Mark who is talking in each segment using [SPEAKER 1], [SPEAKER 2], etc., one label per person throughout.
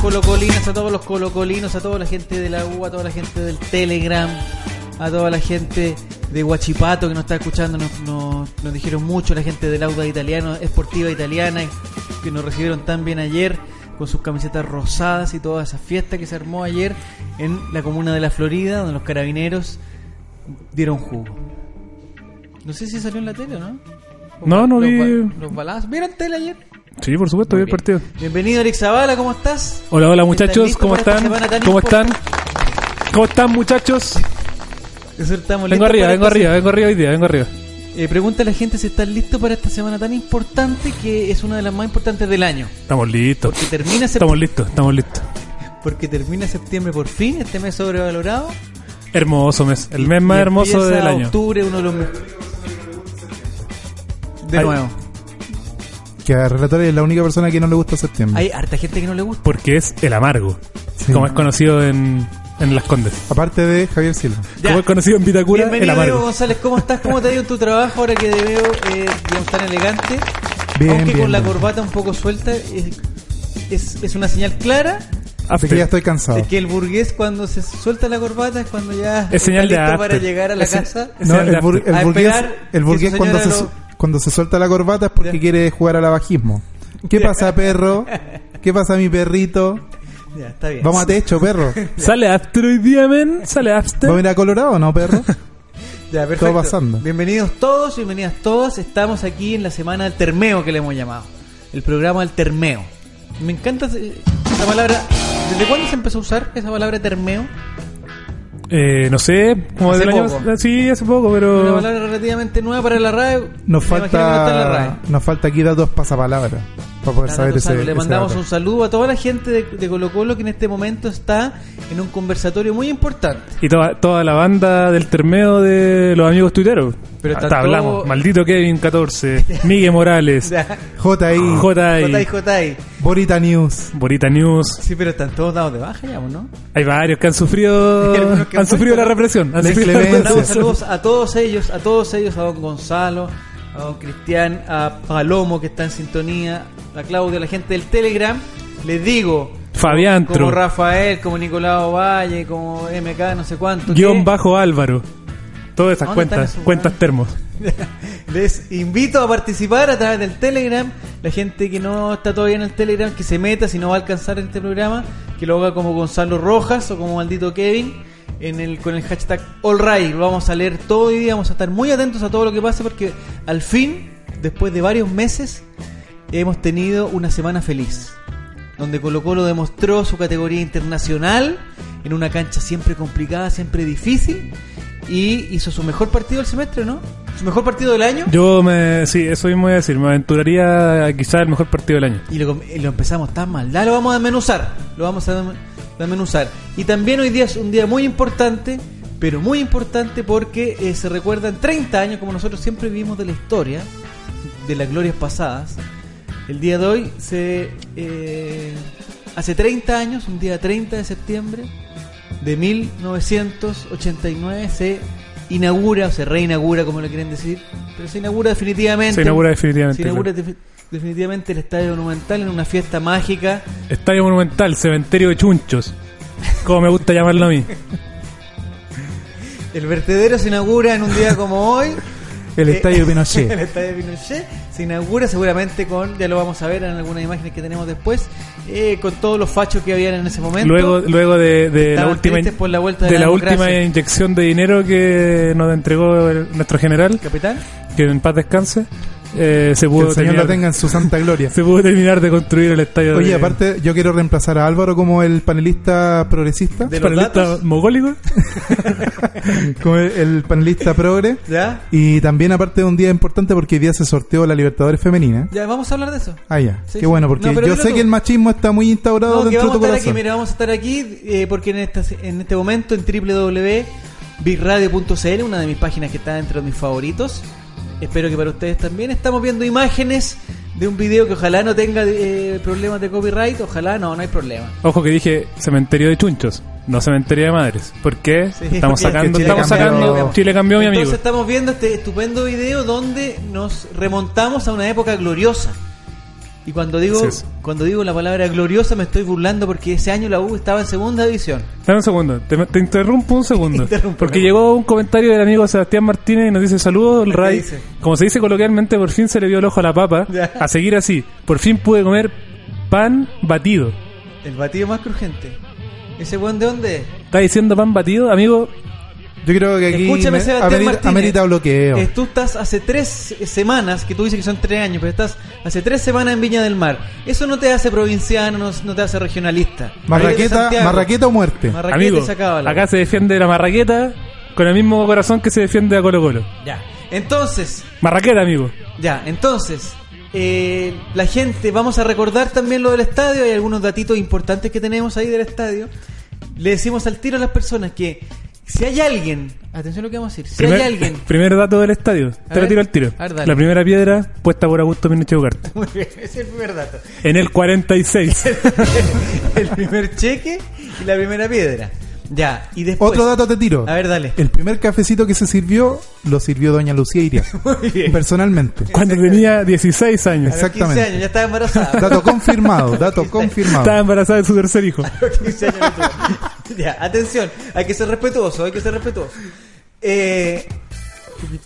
[SPEAKER 1] colocolinos, a todos los colocolinos, a toda la gente de la U, a toda la gente del Telegram, a toda la gente de Huachipato que nos está escuchando, nos, nos, nos dijeron mucho, la gente del Auda Italiano, Esportiva Italiana, que nos recibieron tan bien ayer con sus camisetas rosadas y toda esa fiesta que se armó ayer en la comuna de la Florida, donde los carabineros dieron jugo. No sé si salió en la tele o no. O
[SPEAKER 2] No,
[SPEAKER 1] ba-
[SPEAKER 2] no
[SPEAKER 1] los
[SPEAKER 2] vi.
[SPEAKER 1] ba- Los balazos. ¿Vieron tele ayer?
[SPEAKER 2] Sí, por supuesto, vi el
[SPEAKER 1] Muy
[SPEAKER 2] partido.
[SPEAKER 1] bien. Bienvenido, Eric Zavala, ¿cómo estás?
[SPEAKER 2] Hola, hola muchachos,
[SPEAKER 1] listos
[SPEAKER 2] ¿cómo
[SPEAKER 1] para esta
[SPEAKER 2] están?
[SPEAKER 1] semana tan
[SPEAKER 2] ¿Cómo están?
[SPEAKER 1] importante?
[SPEAKER 2] ¿Cómo están muchachos?
[SPEAKER 1] Eso, estamos
[SPEAKER 2] Vengo
[SPEAKER 1] listos
[SPEAKER 2] arriba,
[SPEAKER 1] para
[SPEAKER 2] vengo
[SPEAKER 1] esta
[SPEAKER 2] arriba, vengo arriba hoy día, vengo arriba.
[SPEAKER 1] se- Eh, pregunta a la gente si están listos para esta semana tan importante que es una de las más importantes del año.
[SPEAKER 2] Estamos listos.
[SPEAKER 1] Porque termina, sep-
[SPEAKER 2] Estamos listos, estamos listos.
[SPEAKER 1] porque termina septiembre por fin, este mes sobrevalorado.
[SPEAKER 2] Hermoso mes, el mes
[SPEAKER 1] Y
[SPEAKER 2] más hermoso
[SPEAKER 1] empieza
[SPEAKER 2] del año.
[SPEAKER 1] octubre, uno de los mejores. De
[SPEAKER 2] Ay.
[SPEAKER 1] nuevo,
[SPEAKER 3] Que a relator es la única persona que no le gusta septiembre.
[SPEAKER 1] hay harta gente que no le gusta.
[SPEAKER 2] Porque es el amargo,
[SPEAKER 3] Sí.
[SPEAKER 2] como es conocido en, en Las Condes.
[SPEAKER 3] Aparte de Javier Silva.
[SPEAKER 1] Ya.
[SPEAKER 2] Como es conocido en Vitacura, el
[SPEAKER 1] Bienvenido, Diego
[SPEAKER 2] amargo.
[SPEAKER 1] González. ¿Cómo estás? ¿Cómo te ha ido en tu trabajo ahora que te veo eh, digamos, tan elegante?
[SPEAKER 3] Bien,
[SPEAKER 1] Aunque
[SPEAKER 3] bien,
[SPEAKER 1] con la
[SPEAKER 3] bien.
[SPEAKER 1] corbata un poco suelta, es, es, es una señal clara
[SPEAKER 3] Así que ya
[SPEAKER 2] After.
[SPEAKER 3] estoy cansado.
[SPEAKER 1] de que el burgués cuando se suelta la corbata es cuando ya
[SPEAKER 2] Es señal
[SPEAKER 1] está
[SPEAKER 2] de
[SPEAKER 1] listo
[SPEAKER 2] after.
[SPEAKER 1] para llegar a la
[SPEAKER 2] Es-
[SPEAKER 1] casa.
[SPEAKER 2] es-
[SPEAKER 3] No,
[SPEAKER 2] Ese
[SPEAKER 3] el,
[SPEAKER 2] el
[SPEAKER 3] bur- el
[SPEAKER 1] after. A
[SPEAKER 3] burgués,
[SPEAKER 1] esperar
[SPEAKER 3] el
[SPEAKER 1] que
[SPEAKER 3] burgués
[SPEAKER 1] su
[SPEAKER 3] cuando, se,
[SPEAKER 1] señora
[SPEAKER 3] su-
[SPEAKER 1] lo-
[SPEAKER 3] cuando se suelta la corbata es porque
[SPEAKER 1] Ya.
[SPEAKER 3] quiere jugar al abajismo. ¿Qué pasa, perro? ¿Qué pasa, mi perrito?
[SPEAKER 1] Ya, está bien.
[SPEAKER 3] Vamos a techo, perro.
[SPEAKER 2] Sale After hoy día, men. Sale
[SPEAKER 3] ¿Vamos a
[SPEAKER 2] After.
[SPEAKER 3] ir a Colorado, no, perro?
[SPEAKER 1] Ya, perfecto.
[SPEAKER 3] Todo pasando.
[SPEAKER 1] Bienvenidos todos, bienvenidas todas. Estamos aquí en la semana del termeo que le hemos llamado. El programa del termeo. Me encanta eh, la palabra. ¿Desde cuándo se empezó a usar esa palabra termeo?
[SPEAKER 2] Eh, no sé, como
[SPEAKER 1] Hace
[SPEAKER 2] del año. Ah,
[SPEAKER 1] poco.
[SPEAKER 2] Sí, hace poco,
[SPEAKER 1] Una
[SPEAKER 2] pero.
[SPEAKER 1] palabra relativamente nueva para la radio.
[SPEAKER 3] Oh. Nos
[SPEAKER 1] Me imagino que no está en la
[SPEAKER 3] falta,
[SPEAKER 1] radio.
[SPEAKER 3] nos falta aquí datos pasapalabras para poder
[SPEAKER 1] Está
[SPEAKER 3] saber
[SPEAKER 1] Nato
[SPEAKER 3] ese,
[SPEAKER 1] Sano. Le
[SPEAKER 3] ese
[SPEAKER 1] mandamos
[SPEAKER 3] dato.
[SPEAKER 1] un saludo a toda la gente de, de Colo Colo que en este momento está en un conversatorio muy importante.
[SPEAKER 2] Y toda, toda la banda del termeo de los amigos tuiteros.
[SPEAKER 1] Pero está
[SPEAKER 2] Hasta
[SPEAKER 1] todo-
[SPEAKER 2] hablamos. Maldito Kevin 14, Miguel Morales,
[SPEAKER 1] Ya.
[SPEAKER 3] JI,
[SPEAKER 1] Jotay,
[SPEAKER 2] JI,
[SPEAKER 1] Jotay.
[SPEAKER 3] Borita News.
[SPEAKER 2] Borita News.
[SPEAKER 1] Sí, pero están todos dados de baja ya, ¿no?
[SPEAKER 2] Hay varios que han
[SPEAKER 1] Hay algunos
[SPEAKER 2] sufrido
[SPEAKER 1] que han
[SPEAKER 2] han sufrido
[SPEAKER 1] muerto.
[SPEAKER 2] la represión. Han
[SPEAKER 3] La
[SPEAKER 2] sufrido la
[SPEAKER 3] inclemencia.
[SPEAKER 1] Mandamos
[SPEAKER 3] Gracias.
[SPEAKER 2] represión.
[SPEAKER 1] saludos a todos ellos, a todos ellos, a don Gonzalo, a don Cristian, a Palomo que está en sintonía, a Claudio, a la gente del Telegram. Les digo,
[SPEAKER 2] Fabián
[SPEAKER 1] como
[SPEAKER 2] Tru,
[SPEAKER 1] Rafael, como Nicolau Valle, como MK, no sé cuánto.
[SPEAKER 2] guión
[SPEAKER 1] que-
[SPEAKER 2] bajo Álvaro. Todas esas
[SPEAKER 1] ¿Dónde están
[SPEAKER 2] cuentas,
[SPEAKER 1] esos
[SPEAKER 2] cuentas termos.
[SPEAKER 1] Les invito a participar a través del Telegram. La gente que no está todavía en el Telegram, que se meta si no va a alcanzar este programa, que lo haga como Gonzalo Rojas o como maldito Kevin en el, con el hashtag AllRight. Lo vamos a leer todo y vamos a estar muy atentos a todo lo que pase porque al fin, después de varios meses, hemos tenido una semana feliz. Donde Colo Colo demostró su categoría internacional en una cancha siempre complicada, siempre difícil. Y hizo su mejor partido del semestre, ¿no? Su mejor partido del año.
[SPEAKER 2] Yo me. Sí, eso mismo voy a decir. Me aventuraría a quizá el mejor partido del año.
[SPEAKER 1] Y lo, y lo empezamos tan mal. Ya lo vamos a desmenuzar. Lo vamos a dem- desmenuzar. Y también hoy día es un día muy importante, pero muy importante porque eh, se recuerdan 30 años, como nosotros siempre vivimos de la historia, de las glorias pasadas. El día de hoy, se eh, hace 30 años, un día 30 de septiembre de 1989, se inaugura, o se reinaugura, como le quieren decir, pero se inaugura definitivamente.
[SPEAKER 2] Se inaugura definitivamente.
[SPEAKER 1] Se inaugura defi- definitivamente el Estadio Monumental en una fiesta mágica.
[SPEAKER 2] Estadio Monumental, Cementerio de Chunchos. Como me gusta llamarlo a mí.
[SPEAKER 1] El vertedero se inaugura en un día como hoy.
[SPEAKER 3] El
[SPEAKER 1] Eh,
[SPEAKER 3] Estadio
[SPEAKER 1] el
[SPEAKER 3] Pinochet.
[SPEAKER 1] Estadio Pinochet se inaugura seguramente con, ya lo vamos a ver en algunas imágenes que tenemos después, eh, con todos los fachos que habían en ese momento.
[SPEAKER 2] Luego, luego de, de la
[SPEAKER 1] Estaban
[SPEAKER 2] última
[SPEAKER 1] tristes por la vuelta de
[SPEAKER 2] de
[SPEAKER 1] la
[SPEAKER 2] la
[SPEAKER 1] democracia.
[SPEAKER 2] última inyección de dinero que nos entregó el- nuestro general,
[SPEAKER 1] Capitán.
[SPEAKER 2] que en paz descanse, eh, se
[SPEAKER 3] Que
[SPEAKER 2] pudo
[SPEAKER 3] el Señor
[SPEAKER 2] terminar,
[SPEAKER 3] lo tenga en su santa gloria.
[SPEAKER 2] se pudo terminar de construir el estadio.
[SPEAKER 3] Oye,
[SPEAKER 2] de-
[SPEAKER 3] aparte, yo quiero reemplazar a Álvaro como el panelista progresista,
[SPEAKER 1] De los
[SPEAKER 2] panelista
[SPEAKER 1] datos.
[SPEAKER 2] mogólico.
[SPEAKER 3] como el, el panelista progre.
[SPEAKER 1] ¿Ya?
[SPEAKER 3] Y también, aparte de un día importante, porque hoy día se sorteó la Libertadores Femenina.
[SPEAKER 1] Ya, vamos a hablar de eso.
[SPEAKER 3] Ah, ya.
[SPEAKER 1] Sí,
[SPEAKER 3] Qué
[SPEAKER 1] sí.
[SPEAKER 3] bueno, porque
[SPEAKER 1] No, pero
[SPEAKER 3] yo
[SPEAKER 1] dilo
[SPEAKER 3] sé
[SPEAKER 1] tú.
[SPEAKER 3] que el machismo está muy instaurado
[SPEAKER 1] No, que
[SPEAKER 3] dentro de
[SPEAKER 1] vamos a
[SPEAKER 3] tu
[SPEAKER 1] estar aquí,
[SPEAKER 3] corazón.
[SPEAKER 1] mira, vamos a estar aquí eh, porque en, esta, en este momento en www.bigradio.cl, una de mis páginas que está entre mis favoritos, espero que para ustedes también, estamos viendo imágenes de un video que ojalá no tenga eh, problemas de copyright, ojalá no, no hay problema.
[SPEAKER 2] Ojo que dije cementerio de chunchos, no cementerio de madres. ¿Por qué?
[SPEAKER 1] Sí,
[SPEAKER 2] estamos
[SPEAKER 1] porque
[SPEAKER 2] sacando,
[SPEAKER 3] Chile
[SPEAKER 2] estamos
[SPEAKER 3] cambió.
[SPEAKER 2] sacando. Chile cambió, mi amigo.
[SPEAKER 1] Entonces estamos viendo este estupendo video donde nos remontamos a una época gloriosa. Y cuando digo,
[SPEAKER 2] Así es.
[SPEAKER 1] cuando digo la palabra gloriosa me estoy burlando porque ese año la U estaba en segunda división.
[SPEAKER 2] Dame un segundo, te, te interrumpo un segundo.
[SPEAKER 1] Interrúmpeme.
[SPEAKER 2] Porque llegó un comentario del amigo Sebastián Martínez y nos dice saludos, el
[SPEAKER 1] ¿Qué
[SPEAKER 2] Ray.
[SPEAKER 1] dice?
[SPEAKER 2] Como se dice coloquialmente, por fin se le vio el ojo a la papa.
[SPEAKER 1] Ya.
[SPEAKER 2] A seguir así, por fin pude comer pan batido.
[SPEAKER 1] El batido más crujiente. ¿Ese buen de dónde? es?
[SPEAKER 2] ¿Está diciendo pan batido? Amigo,
[SPEAKER 3] Yo creo que aquí
[SPEAKER 1] Escúchame,
[SPEAKER 3] me-
[SPEAKER 1] Sebastián
[SPEAKER 3] amerita,
[SPEAKER 1] Martínez.
[SPEAKER 3] amerita bloqueo.
[SPEAKER 1] Eh, tú estás hace tres eh, semanas, que tú dices que son tres años, pero estás hace tres semanas en Viña del Mar. Eso no te hace provinciano, no, no te hace regionalista. Eres de
[SPEAKER 3] Marraqueta,
[SPEAKER 1] Santiago.
[SPEAKER 3] marraqueta o muerte.
[SPEAKER 1] Marraqueta
[SPEAKER 2] amigo,
[SPEAKER 1] y Sacabala.
[SPEAKER 2] acá se defiende la marraqueta con el mismo corazón que se defiende a Colo Colo.
[SPEAKER 1] Ya. Entonces,
[SPEAKER 2] Marraqueta, amigo.
[SPEAKER 1] Ya, entonces, eh, la gente, vamos a recordar también lo del estadio, hay algunos datitos importantes que tenemos ahí del estadio. Le decimos al tiro a las personas que si hay alguien, atención a lo que vamos a decir, si
[SPEAKER 2] Primer,
[SPEAKER 1] hay alguien,
[SPEAKER 2] primer dato del estadio. Te
[SPEAKER 1] ver,
[SPEAKER 2] lo tiro al tiro.
[SPEAKER 1] a ver, dale.
[SPEAKER 2] la primera piedra puesta por Augusto Pinochet Ugarte.
[SPEAKER 1] muy bien, ese es el primer dato,
[SPEAKER 2] En el 46.
[SPEAKER 1] el primer cheque y la primera piedra. Ya, y después...
[SPEAKER 3] Otro dato te tiro.
[SPEAKER 1] A ver, dale.
[SPEAKER 3] El primer cafecito que se sirvió lo sirvió Doña Lucía Iria.
[SPEAKER 1] Muy bien.
[SPEAKER 3] personalmente.
[SPEAKER 2] cuando tenía 16 años.
[SPEAKER 1] A los 15 años,
[SPEAKER 3] exactamente.
[SPEAKER 1] ya estaba embarazada.
[SPEAKER 3] Dato confirmado, dato
[SPEAKER 2] Estaba
[SPEAKER 1] Ah.
[SPEAKER 3] confirmado.
[SPEAKER 2] embarazada de su tercer hijo.
[SPEAKER 1] Los 15 años no tuvo. ya, atención, hay que ser respetuoso, hay que ser respetuoso. Eh,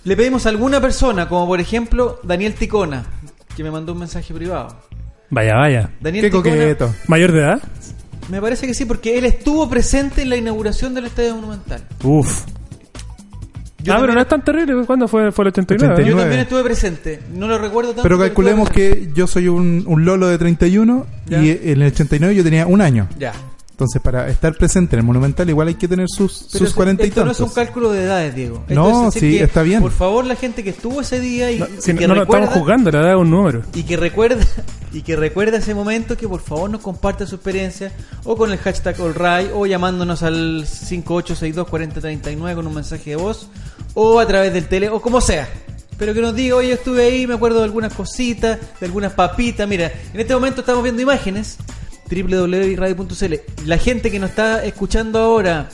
[SPEAKER 1] le pedimos a alguna persona, como por ejemplo Daniel Ticona, que me mandó un mensaje privado.
[SPEAKER 2] Vaya, vaya.
[SPEAKER 1] Daniel
[SPEAKER 3] Qué
[SPEAKER 1] Ticona,
[SPEAKER 3] coqueto.
[SPEAKER 2] ¿Mayor de edad?
[SPEAKER 1] me parece que sí, porque él estuvo presente en la inauguración del Estadio Monumental.
[SPEAKER 2] Uf.
[SPEAKER 1] Yo
[SPEAKER 2] ah,
[SPEAKER 1] también-
[SPEAKER 2] pero no es tan terrible. ¿Cuándo fue, fue el 89?
[SPEAKER 3] 89.
[SPEAKER 1] Yo
[SPEAKER 3] 9.
[SPEAKER 1] también estuve presente, no lo recuerdo tanto.
[SPEAKER 3] Pero calculemos que yo soy un, un lolo de 31
[SPEAKER 1] Ya.
[SPEAKER 3] y en el 89 yo tenía un año.
[SPEAKER 1] Ya.
[SPEAKER 3] Entonces, para estar presente en el Monumental, igual hay que tener sus,
[SPEAKER 1] Pero
[SPEAKER 3] sus
[SPEAKER 1] esto-
[SPEAKER 3] 40 y
[SPEAKER 1] esto no es un
[SPEAKER 3] tantos.
[SPEAKER 1] cálculo de edades, Diego. Esto
[SPEAKER 3] No,
[SPEAKER 1] es decir
[SPEAKER 3] sí,
[SPEAKER 1] que,
[SPEAKER 3] está bien.
[SPEAKER 1] Por favor, la gente que estuvo ese día y,
[SPEAKER 2] No,
[SPEAKER 1] y
[SPEAKER 2] si no
[SPEAKER 1] que
[SPEAKER 2] no lo
[SPEAKER 1] recuerda-
[SPEAKER 2] estamos jugando, la edad es un número.
[SPEAKER 1] y que recuerda y que recuerda ese momento que por favor nos comparta su experiencia o con el hashtag AllRight o llamándonos al 58624039 con un mensaje de voz o a través del tele o como sea. Pero que nos diga, oye, yo estuve ahí, me acuerdo de algunas cositas, de algunas papitas. Mira, en este momento estamos viendo imágenes www.radio.cl. La gente que nos está escuchando ahora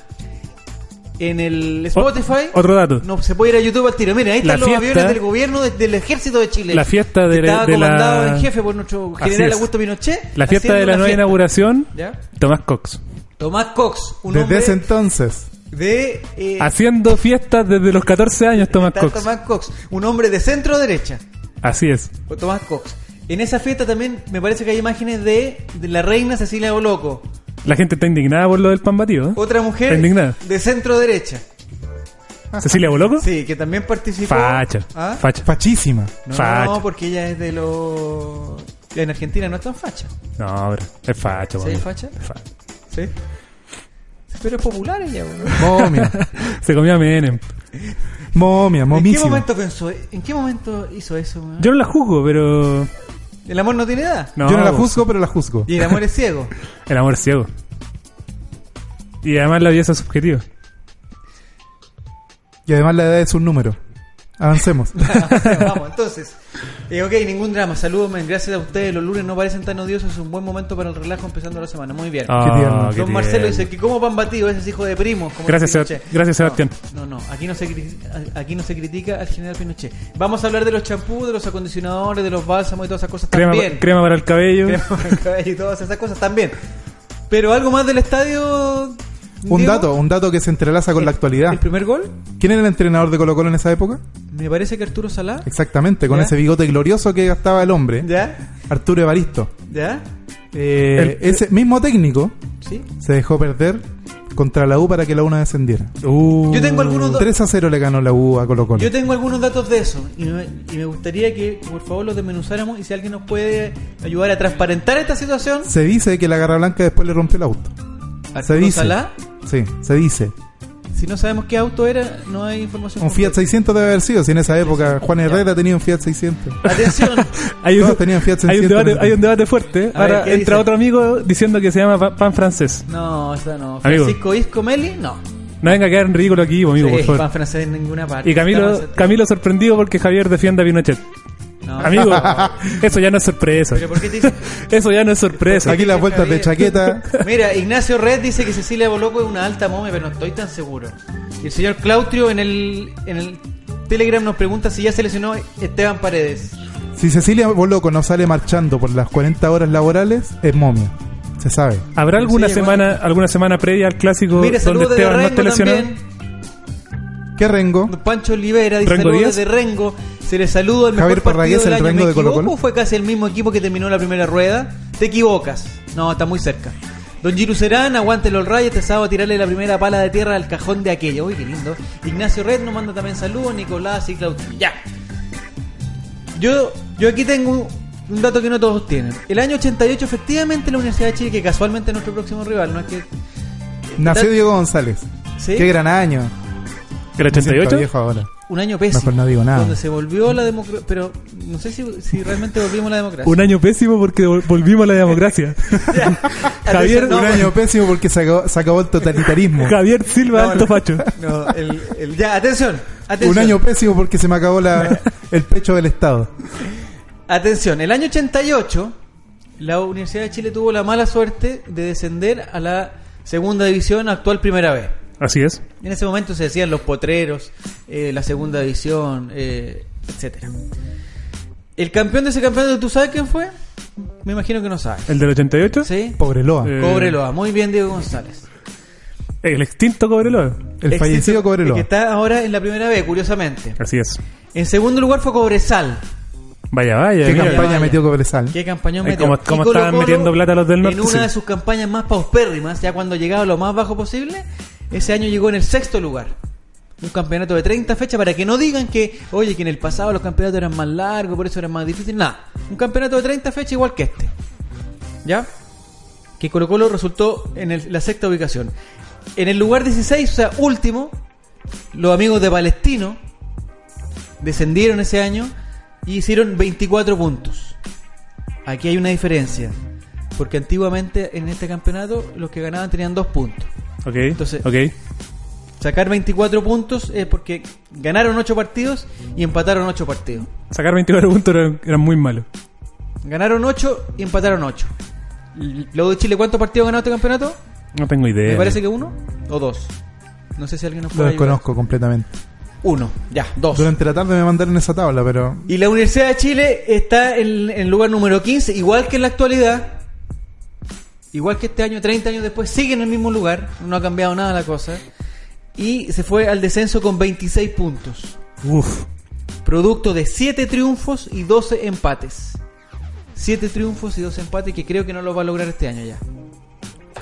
[SPEAKER 1] en el Spotify,
[SPEAKER 2] otro dato.
[SPEAKER 1] no se puede ir a YouTube al tiro. Mira, ahí
[SPEAKER 2] La
[SPEAKER 1] están los
[SPEAKER 2] fiesta-
[SPEAKER 1] aviones del gobierno de- del ejército de Chile.
[SPEAKER 2] La fiesta de
[SPEAKER 1] que
[SPEAKER 2] la-
[SPEAKER 1] estaba
[SPEAKER 2] de
[SPEAKER 1] comandado
[SPEAKER 2] la-
[SPEAKER 1] en jefe por nuestro
[SPEAKER 2] Así
[SPEAKER 1] general
[SPEAKER 2] es.
[SPEAKER 1] Augusto Pinochet.
[SPEAKER 2] La
[SPEAKER 1] haciendo
[SPEAKER 2] fiesta de la
[SPEAKER 1] una
[SPEAKER 2] nueva
[SPEAKER 1] fiesta.
[SPEAKER 2] inauguración,
[SPEAKER 1] ¿Ya?
[SPEAKER 2] Tomás Cox.
[SPEAKER 1] Tomás Cox, un
[SPEAKER 3] Desde
[SPEAKER 1] hombre
[SPEAKER 3] ese entonces,
[SPEAKER 1] de eh,
[SPEAKER 2] Haciendo fiestas desde los 14 años, Tomás
[SPEAKER 1] está
[SPEAKER 2] Cox.
[SPEAKER 1] Tomás Cox, un hombre de centro derecha,
[SPEAKER 2] Así es.
[SPEAKER 1] o Tomás Cox. En esa fiesta también me parece que hay imágenes de, de la reina Cecilia Boloco,
[SPEAKER 2] La gente está indignada por lo del pan batido. ¿eh?
[SPEAKER 1] otra mujer
[SPEAKER 2] Está indignada.
[SPEAKER 1] de centro derecha,
[SPEAKER 2] ¿Cecilia Boloco?
[SPEAKER 1] sí, que también participó.
[SPEAKER 2] Facha.
[SPEAKER 1] ¿Ah?
[SPEAKER 2] Facha.
[SPEAKER 3] fachísima.
[SPEAKER 1] No,
[SPEAKER 2] Facha.
[SPEAKER 1] no, porque ella es de los en Argentina no es tan facha,
[SPEAKER 2] No, pero es facha.
[SPEAKER 1] pues- ¿Sí,
[SPEAKER 2] mami.
[SPEAKER 1] es facha?
[SPEAKER 2] Es facha.
[SPEAKER 1] sí. Pero es popular ella. boludo.
[SPEAKER 3] Momia,
[SPEAKER 2] Se comió a Menem.
[SPEAKER 3] momia,
[SPEAKER 1] ¿En qué
[SPEAKER 3] momísima.
[SPEAKER 1] momento pensó? ¿En qué momento hizo eso? weón?
[SPEAKER 2] Yo no la juzgo, pero...
[SPEAKER 1] El amor no tiene edad.
[SPEAKER 2] No,
[SPEAKER 3] Yo no la
[SPEAKER 2] pues.
[SPEAKER 3] juzgo, pero la juzgo.
[SPEAKER 1] Y el amor es ciego.
[SPEAKER 2] El amor es ciego. Y además la belleza es subjetiva.
[SPEAKER 3] Y además la edad es un número. Avancemos.
[SPEAKER 1] Vamos, entonces. Eh, ok, ningún drama. Saludos, men. gracias a ustedes. Los lunes no parecen tan odiosos. Es un buen momento para el relajo empezando la semana. Muy bien.
[SPEAKER 2] Ah,
[SPEAKER 3] tierno.
[SPEAKER 2] qué
[SPEAKER 1] Don Marcelo
[SPEAKER 2] tierno.
[SPEAKER 1] dice que como pan batido, ese es hijo de primo. como
[SPEAKER 2] Gracias,
[SPEAKER 1] dice Pinochet.
[SPEAKER 2] Sebast- gracias,
[SPEAKER 1] No,
[SPEAKER 2] Sebastián.
[SPEAKER 1] No, no, aquí no, se critica, aquí no se critica al general Pinochet. Vamos a hablar de los champús, de los acondicionadores, de los bálsamos y todas esas cosas
[SPEAKER 2] Crema,
[SPEAKER 1] también.
[SPEAKER 2] crema para el cabello.
[SPEAKER 1] Crema para el cabello y todas esas cosas también. Pero algo más del estadio.
[SPEAKER 3] Un
[SPEAKER 1] Diego?
[SPEAKER 3] dato, un dato que se entrelaza con la actualidad.
[SPEAKER 1] ¿El primer gol?
[SPEAKER 3] ¿Quién era el entrenador de Colo Colo en esa época?
[SPEAKER 1] Me parece que Arturo Salá.
[SPEAKER 3] Exactamente, con
[SPEAKER 1] ¿Ya?
[SPEAKER 3] ese bigote glorioso que gastaba el hombre,
[SPEAKER 1] ¿Ya?
[SPEAKER 3] Arturo Evaristo.
[SPEAKER 1] ¿Ya?
[SPEAKER 3] Eh, ese mismo técnico
[SPEAKER 1] ¿Sí?
[SPEAKER 3] se dejó perder contra la U para que la U no descendiera.
[SPEAKER 2] Uh,
[SPEAKER 1] Yo tengo algunos datos.
[SPEAKER 3] 3 a 0 le ganó la U a Colo Colo.
[SPEAKER 1] Yo tengo algunos datos de eso y me, y me gustaría que por favor los desmenuzáramos y si alguien nos puede ayudar a transparentar esta situación.
[SPEAKER 3] Se dice que la Garra Blanca después le rompió el auto. se
[SPEAKER 1] Arturo
[SPEAKER 3] dice.
[SPEAKER 1] Salá,
[SPEAKER 3] Sí, se dice.
[SPEAKER 1] si no sabemos qué auto era, no hay información.
[SPEAKER 3] Un Fiat
[SPEAKER 1] completa.
[SPEAKER 3] 600 debe haber sido, si en esa época Juan Herrera tenía un Fiat 600.
[SPEAKER 1] Atención,
[SPEAKER 2] hay, un,
[SPEAKER 3] Todos tenían Fiat
[SPEAKER 2] hay, un
[SPEAKER 3] 600.
[SPEAKER 2] debate, hay un debate fuerte. ¿eh?
[SPEAKER 1] A ver,
[SPEAKER 2] Ahora
[SPEAKER 1] ¿qué
[SPEAKER 2] entra
[SPEAKER 1] dice?
[SPEAKER 2] otro amigo diciendo que se llama pa- pan francés.
[SPEAKER 1] no, esa no.
[SPEAKER 2] Amigo.
[SPEAKER 1] Francisco Isco Meli, no.
[SPEAKER 2] No venga a quedar en ridículo aquí, amigo,
[SPEAKER 1] Sí,
[SPEAKER 2] por favor.
[SPEAKER 1] pan francés en ninguna parte.
[SPEAKER 2] Y Camilo, Camilo sorprendido porque Javier defiende a Pinochet.
[SPEAKER 1] No.
[SPEAKER 2] Amigo, eso ya no es sorpresa.
[SPEAKER 1] Pero ¿por qué te dicen?
[SPEAKER 2] Eso ya no es sorpresa.
[SPEAKER 3] Aquí las vueltas de chaqueta.
[SPEAKER 1] Mira, Ignacio Red dice que Cecilia Boloco es una alta mome, pero no estoy tan seguro. Y el señor Clautrio en el, en el Telegram nos pregunta si ya se lesionó Esteban Paredes.
[SPEAKER 3] Si Cecilia Boloco no sale marchando por las 40 horas laborales, es momia. Se sabe.
[SPEAKER 2] ¿Habrá alguna
[SPEAKER 1] Sí,
[SPEAKER 2] semana alguna semana previa al clásico
[SPEAKER 1] Mire,
[SPEAKER 2] donde
[SPEAKER 1] saludos de
[SPEAKER 2] Esteban no esté
[SPEAKER 1] Rengo
[SPEAKER 2] lesionado?
[SPEAKER 1] también.
[SPEAKER 3] ¿Qué rengo?
[SPEAKER 1] Don Pancho Olivera dice
[SPEAKER 2] ¿Rengo
[SPEAKER 1] saludos
[SPEAKER 2] Díaz?
[SPEAKER 1] de Rengo. Se le saluda el
[SPEAKER 3] Javier
[SPEAKER 1] mejor partido
[SPEAKER 3] Parragués,
[SPEAKER 1] del
[SPEAKER 3] el
[SPEAKER 1] año.
[SPEAKER 3] Rengo
[SPEAKER 1] ¿Me
[SPEAKER 3] de Colo-Colo?
[SPEAKER 1] equivoco? Fue casi el mismo equipo que terminó la primera rueda. Te equivocas. No, está muy cerca. Don Giru Serán, aguántelo el rayo. Este sábado tirarle la primera pala de tierra al cajón de aquello. Uy, qué lindo. Ignacio Red nos manda también saludos. Nicolás y Claudio. Ya. Yo, yo aquí tengo un, un dato que no todos tienen. El año 88, efectivamente, la Universidad de Chile, que casualmente es nuestro próximo rival, no es que.
[SPEAKER 3] Nació Diego González.
[SPEAKER 1] Sí.
[SPEAKER 3] Qué gran año.
[SPEAKER 2] ¿El
[SPEAKER 3] Me siento
[SPEAKER 2] 88?
[SPEAKER 3] viejo ahora.
[SPEAKER 1] Un año pésimo.
[SPEAKER 3] Mejor no digo nada.
[SPEAKER 1] Donde se volvió la democracia. Pero no sé si, si realmente volvimos a la democracia.
[SPEAKER 2] Un año pésimo porque vol- volvimos a la democracia. Javier,
[SPEAKER 1] No,
[SPEAKER 3] un año pésimo porque se acabó, se acabó el totalitarismo.
[SPEAKER 2] Javier Silva
[SPEAKER 1] No,
[SPEAKER 2] Alto
[SPEAKER 1] no.
[SPEAKER 2] Facho.
[SPEAKER 1] No, el, el- ya, atención.
[SPEAKER 3] un
[SPEAKER 1] atención.
[SPEAKER 3] año pésimo porque se me acabó la- el pecho del Estado.
[SPEAKER 1] Atención, el año 88, la Universidad de Chile tuvo la mala suerte de descender a la segunda división actual primera vez.
[SPEAKER 2] Así es.
[SPEAKER 1] En ese momento se decían los potreros, eh, la segunda división, eh, etcétera. El campeón de ese campeonato, ¿tú sabes quién fue? Me imagino que no sabes.
[SPEAKER 2] ¿El del 88?
[SPEAKER 1] ¿Sí?
[SPEAKER 3] Cobreloa.
[SPEAKER 2] Eh,
[SPEAKER 1] Cobreloa, muy bien Diego González.
[SPEAKER 2] El extinto Cobreloa.
[SPEAKER 3] el
[SPEAKER 1] Éxito,
[SPEAKER 3] fallecido
[SPEAKER 1] el
[SPEAKER 3] Cobreloa.
[SPEAKER 1] Que está ahora en la primera B, curiosamente.
[SPEAKER 2] Así es.
[SPEAKER 1] En segundo lugar fue Cobresal.
[SPEAKER 2] Vaya, vaya.
[SPEAKER 3] ¿Qué
[SPEAKER 2] mira.
[SPEAKER 3] campaña
[SPEAKER 1] Vaya.
[SPEAKER 3] metió Cobresal?
[SPEAKER 1] Qué campañón
[SPEAKER 2] Ay,
[SPEAKER 1] metió.
[SPEAKER 2] cómo-
[SPEAKER 1] Y
[SPEAKER 2] cómo
[SPEAKER 1] Colo-Colo,
[SPEAKER 2] Eh, estaban metiendo plata los del norte,
[SPEAKER 1] En una
[SPEAKER 2] sí.
[SPEAKER 1] de sus campañas más pauspérrimas, ya cuando llegaba lo más bajo posible, ese año llegó en el sexto lugar. Un campeonato de 30 fechas para que no digan que, oye, que en el pasado los campeonatos eran más largos, por eso eran más difíciles. Nada. Un campeonato de 30 fechas igual que este. ¿Ya? Que Colo Colo resultó en el- la sexta ubicación. En el lugar 16, o sea, último, los amigos de Palestino descendieron ese año y hicieron 24 puntos. Aquí hay una diferencia. Porque antiguamente en este campeonato los que ganaban tenían dos puntos.
[SPEAKER 2] Ok,
[SPEAKER 1] Entonces-
[SPEAKER 2] ok.
[SPEAKER 1] Sacar 24 puntos es porque ganaron 8 partidos y empataron 8 partidos.
[SPEAKER 2] Sacar 24 puntos era, era muy malo.
[SPEAKER 1] Ganaron 8 y empataron 8. Luego de Chile, ¿cuántos partidos ganó este campeonato?
[SPEAKER 2] No tengo idea.
[SPEAKER 3] Eh.
[SPEAKER 1] Me parece que uno o dos. No sé si alguien nos
[SPEAKER 3] Lo
[SPEAKER 1] puede ayudar.
[SPEAKER 3] desconozco completamente.
[SPEAKER 1] Uno, ya, dos.
[SPEAKER 3] Durante la tarde me mandaron esa tabla, pero
[SPEAKER 1] Y la Universidad de Chile está en el lugar número 15, igual que en la actualidad. Igual que este año, 30 años después, sigue en el mismo lugar. No ha cambiado nada la cosa. Y se fue al descenso con 26 puntos.
[SPEAKER 2] Uf.
[SPEAKER 1] Producto de 7 triunfos y 12 empates. 7 triunfos y 12 empates que creo que no lo va a lograr este año ya.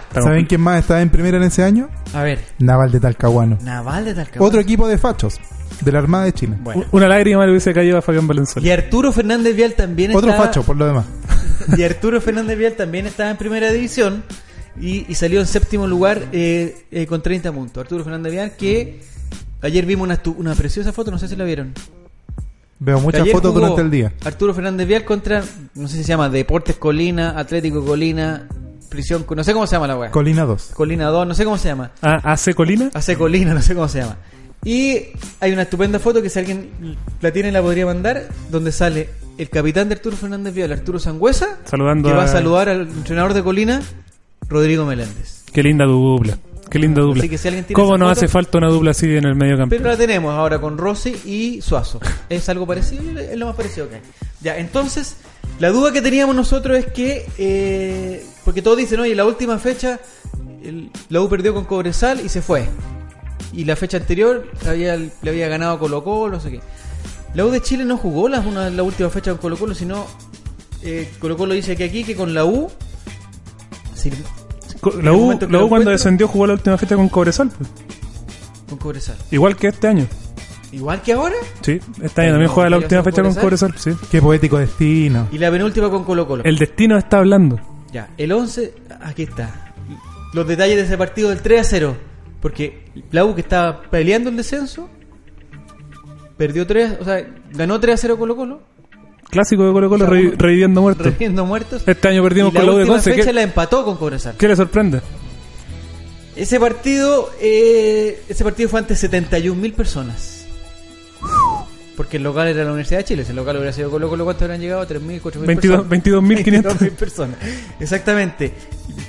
[SPEAKER 2] estamos-
[SPEAKER 3] ¿saben quién más estaba en primera en ese año?
[SPEAKER 1] A ver,
[SPEAKER 3] Naval de Talcahuano.
[SPEAKER 1] Naval de Talcahuano.
[SPEAKER 3] Otro equipo de fachos, de la Armada de Chile.
[SPEAKER 1] Bueno.
[SPEAKER 2] Una lágrima le hubiese caído a Fabián Valenzuela.
[SPEAKER 1] Y Arturo Fernández Vial también
[SPEAKER 3] Otro
[SPEAKER 1] está-
[SPEAKER 3] facho, por lo demás.
[SPEAKER 1] Y Arturo Fernández Vial también estaba en primera división y, y salió en séptimo lugar eh, eh, con 30 puntos. Arturo Fernández Vial que ayer vimos una, estu- una preciosa foto, no sé si la vieron.
[SPEAKER 3] Veo muchas
[SPEAKER 1] Ayer
[SPEAKER 3] fotos
[SPEAKER 1] jugó
[SPEAKER 3] durante el día.
[SPEAKER 1] Arturo Fernández Vial contra, no sé si se llama Deportes Colina, Atlético Colina, Prisión, no sé cómo se llama la weá.
[SPEAKER 3] Colina 2.
[SPEAKER 1] Colina 2, no sé cómo se llama.
[SPEAKER 2] Ah, ¿Hace Colina?
[SPEAKER 1] Hace Colina, no sé cómo se llama. Y hay una estupenda foto que si alguien la tiene la podría mandar, donde sale el capitán de Arturo Fernández Vial, Arturo Sangüesa,
[SPEAKER 2] Saludando
[SPEAKER 1] que va a
[SPEAKER 2] a-
[SPEAKER 1] saludar al entrenador de Colina, Rodrigo Meléndez.
[SPEAKER 2] Qué linda dupla. Qué linda dupla.
[SPEAKER 1] Así que si alguien tiene
[SPEAKER 2] ¿Cómo
[SPEAKER 1] esa
[SPEAKER 2] nos
[SPEAKER 1] foto-
[SPEAKER 2] hace falta una dupla así en el medio campo?
[SPEAKER 1] Pero la tenemos ahora con Rossi y Suazo. Es algo parecido, es lo más parecido que hay. Ya, entonces, la duda que teníamos nosotros es que, eh, porque todos dicen, oye, la última fecha, el- la U perdió con Cobresal y se fue. Y la fecha anterior había, le había ganado Colo Colo, no sé qué. La U de Chile no jugó las una, la última fecha con Colo Colo, sino eh, Colo Colo dice que aquí, que con la U... sí,
[SPEAKER 2] La
[SPEAKER 1] el
[SPEAKER 2] U,
[SPEAKER 1] momento que
[SPEAKER 2] la
[SPEAKER 1] lo
[SPEAKER 2] U cuando
[SPEAKER 1] encuentro-
[SPEAKER 2] descendió jugó la última fecha con Cobresal. pues.
[SPEAKER 1] con Cobresal.
[SPEAKER 2] Igual que este año.
[SPEAKER 1] Igual que ahora.
[SPEAKER 2] Sí, este año también
[SPEAKER 1] no,
[SPEAKER 2] juega la
[SPEAKER 1] ¿ya
[SPEAKER 2] última
[SPEAKER 1] son
[SPEAKER 2] fecha con
[SPEAKER 1] Cobresal?
[SPEAKER 2] Cobresal. Sí.
[SPEAKER 3] Qué poético destino.
[SPEAKER 1] Y la penúltima con Colo Colo.
[SPEAKER 2] El destino está hablando.
[SPEAKER 1] Ya, el 11, aquí está. Los detalles de ese partido del 3 a 0. Porque la U que estaba peleando el descenso, perdió 3, o sea, ganó 3 a 0 Colo Colo,
[SPEAKER 2] Clásico de Colo Colo
[SPEAKER 1] O sea,
[SPEAKER 2] revi-
[SPEAKER 1] uno-
[SPEAKER 2] reviviendo muertos.
[SPEAKER 1] reviviendo muertos.
[SPEAKER 2] Este año perdimos
[SPEAKER 1] y la
[SPEAKER 2] con la U de
[SPEAKER 1] última
[SPEAKER 2] Conce,
[SPEAKER 1] fecha
[SPEAKER 2] ¿qué?
[SPEAKER 1] la empató con Cobresal.
[SPEAKER 2] ¿Qué le sorprende?
[SPEAKER 1] Ese partido, eh, ese partido fue ante 71.000 personas. Porque el local era la Universidad de Chile. Si el local hubiera sido Colo Colo, ¿cuántos habrían llegado? 3.000, 4.000
[SPEAKER 2] 22
[SPEAKER 1] personas.
[SPEAKER 2] 22.500.
[SPEAKER 1] 22.000 personas. Exactamente.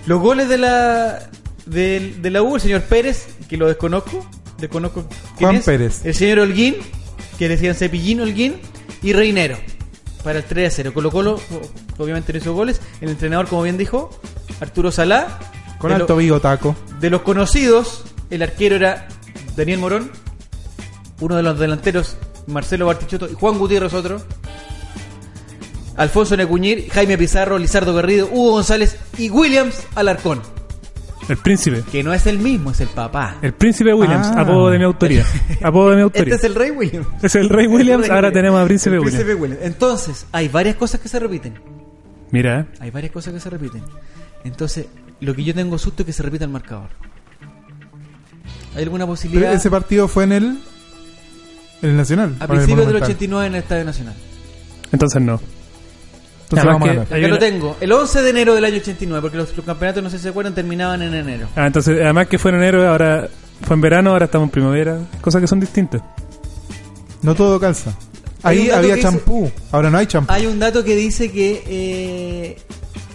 [SPEAKER 1] Los goles de la del- de, la U, el señor Pérez, que lo desconozco, desconozco quién
[SPEAKER 3] Juan
[SPEAKER 1] es.
[SPEAKER 3] Pérez.
[SPEAKER 1] El señor Holguín, que le decían Cepillín Holguín, y Reinero. para el 3 a 0. Colo Colo obviamente no hizo goles. El entrenador, como bien dijo, Arturo Salá.
[SPEAKER 3] Con
[SPEAKER 1] De lo-
[SPEAKER 3] alto bigotaco.
[SPEAKER 1] de los conocidos, el arquero era Daniel Morón, uno de los delanteros, Marcelo Bartichotto y Juan Gutiérrez otro. Alfonso Necuñir, Jaime Pizarro, Lizardo Garrido, Hugo González y Williams Alarcón,
[SPEAKER 2] El príncipe.
[SPEAKER 1] que no es el mismo, es el papá.
[SPEAKER 2] El príncipe Williams,
[SPEAKER 3] Ah.
[SPEAKER 2] apodo de mi autoría. Apodo de mi
[SPEAKER 1] Este
[SPEAKER 2] autoría.
[SPEAKER 1] es el Rey Williams.
[SPEAKER 2] es el Rey Williams,
[SPEAKER 1] El Rey
[SPEAKER 2] ahora tenemos a Príncipe
[SPEAKER 1] El
[SPEAKER 2] Williams.
[SPEAKER 1] Williams. Entonces, hay varias cosas que se repiten.
[SPEAKER 2] Mira, eh.
[SPEAKER 1] Hay varias cosas que se repiten. Entonces, lo que yo tengo susto es que se repita el marcador. ¿Hay alguna
[SPEAKER 3] Pero
[SPEAKER 1] posibilidad?
[SPEAKER 3] ese partido fue en el. En el Nacional.
[SPEAKER 1] A
[SPEAKER 3] para el
[SPEAKER 1] principios del
[SPEAKER 3] Monumental.
[SPEAKER 1] 89 en el Estadio Nacional.
[SPEAKER 2] entonces no.
[SPEAKER 3] Entonces
[SPEAKER 2] Además
[SPEAKER 3] vamos a
[SPEAKER 2] que-
[SPEAKER 3] ganar.
[SPEAKER 2] Hay
[SPEAKER 1] Yo lo
[SPEAKER 2] una-
[SPEAKER 1] tengo. El 11 de enero del año 89, porque los, los campeonatos, no sé si se acuerdan, terminaban en enero.
[SPEAKER 2] Ah, entonces, además que fue en enero, ahora fue en verano, ahora estamos en primavera. Cosas que son distintas.
[SPEAKER 3] No todo calza.
[SPEAKER 1] Hay un
[SPEAKER 3] Ahí
[SPEAKER 1] dato que
[SPEAKER 3] había
[SPEAKER 1] dice-
[SPEAKER 3] champú. Ahora no hay champú.
[SPEAKER 1] Hay un dato que dice que eh,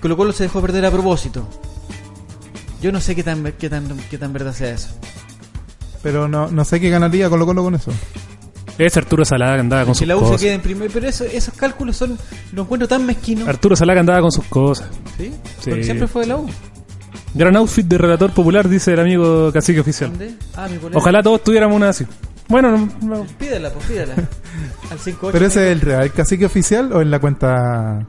[SPEAKER 1] Colo Colo se dejó perder a propósito. Yo no sé qué tan, qué tan, qué tan verdad sea eso.
[SPEAKER 3] Pero no, no sé qué ganaría Colo Colo con eso.
[SPEAKER 2] Es Arturo Salada que andaba con
[SPEAKER 1] Si
[SPEAKER 2] sus
[SPEAKER 1] la U se
[SPEAKER 2] cosas.
[SPEAKER 1] queda en primer, pero eso- esos cálculos son, lo encuentro tan mezquino.
[SPEAKER 2] Arturo Salada que andaba con sus cosas.
[SPEAKER 1] ¿sí?
[SPEAKER 2] Sí.
[SPEAKER 1] Porque siempre fue de la U.
[SPEAKER 2] Gran outfit de relator popular, dice el amigo cacique oficial.
[SPEAKER 1] ¿Dónde? Ah, mi polera.
[SPEAKER 2] Ojalá todos tuviéramos una así. Bueno, no, no.
[SPEAKER 1] Pídela, pues pídela. Al 5
[SPEAKER 3] Pero ese es el real cacique oficial o en la cuenta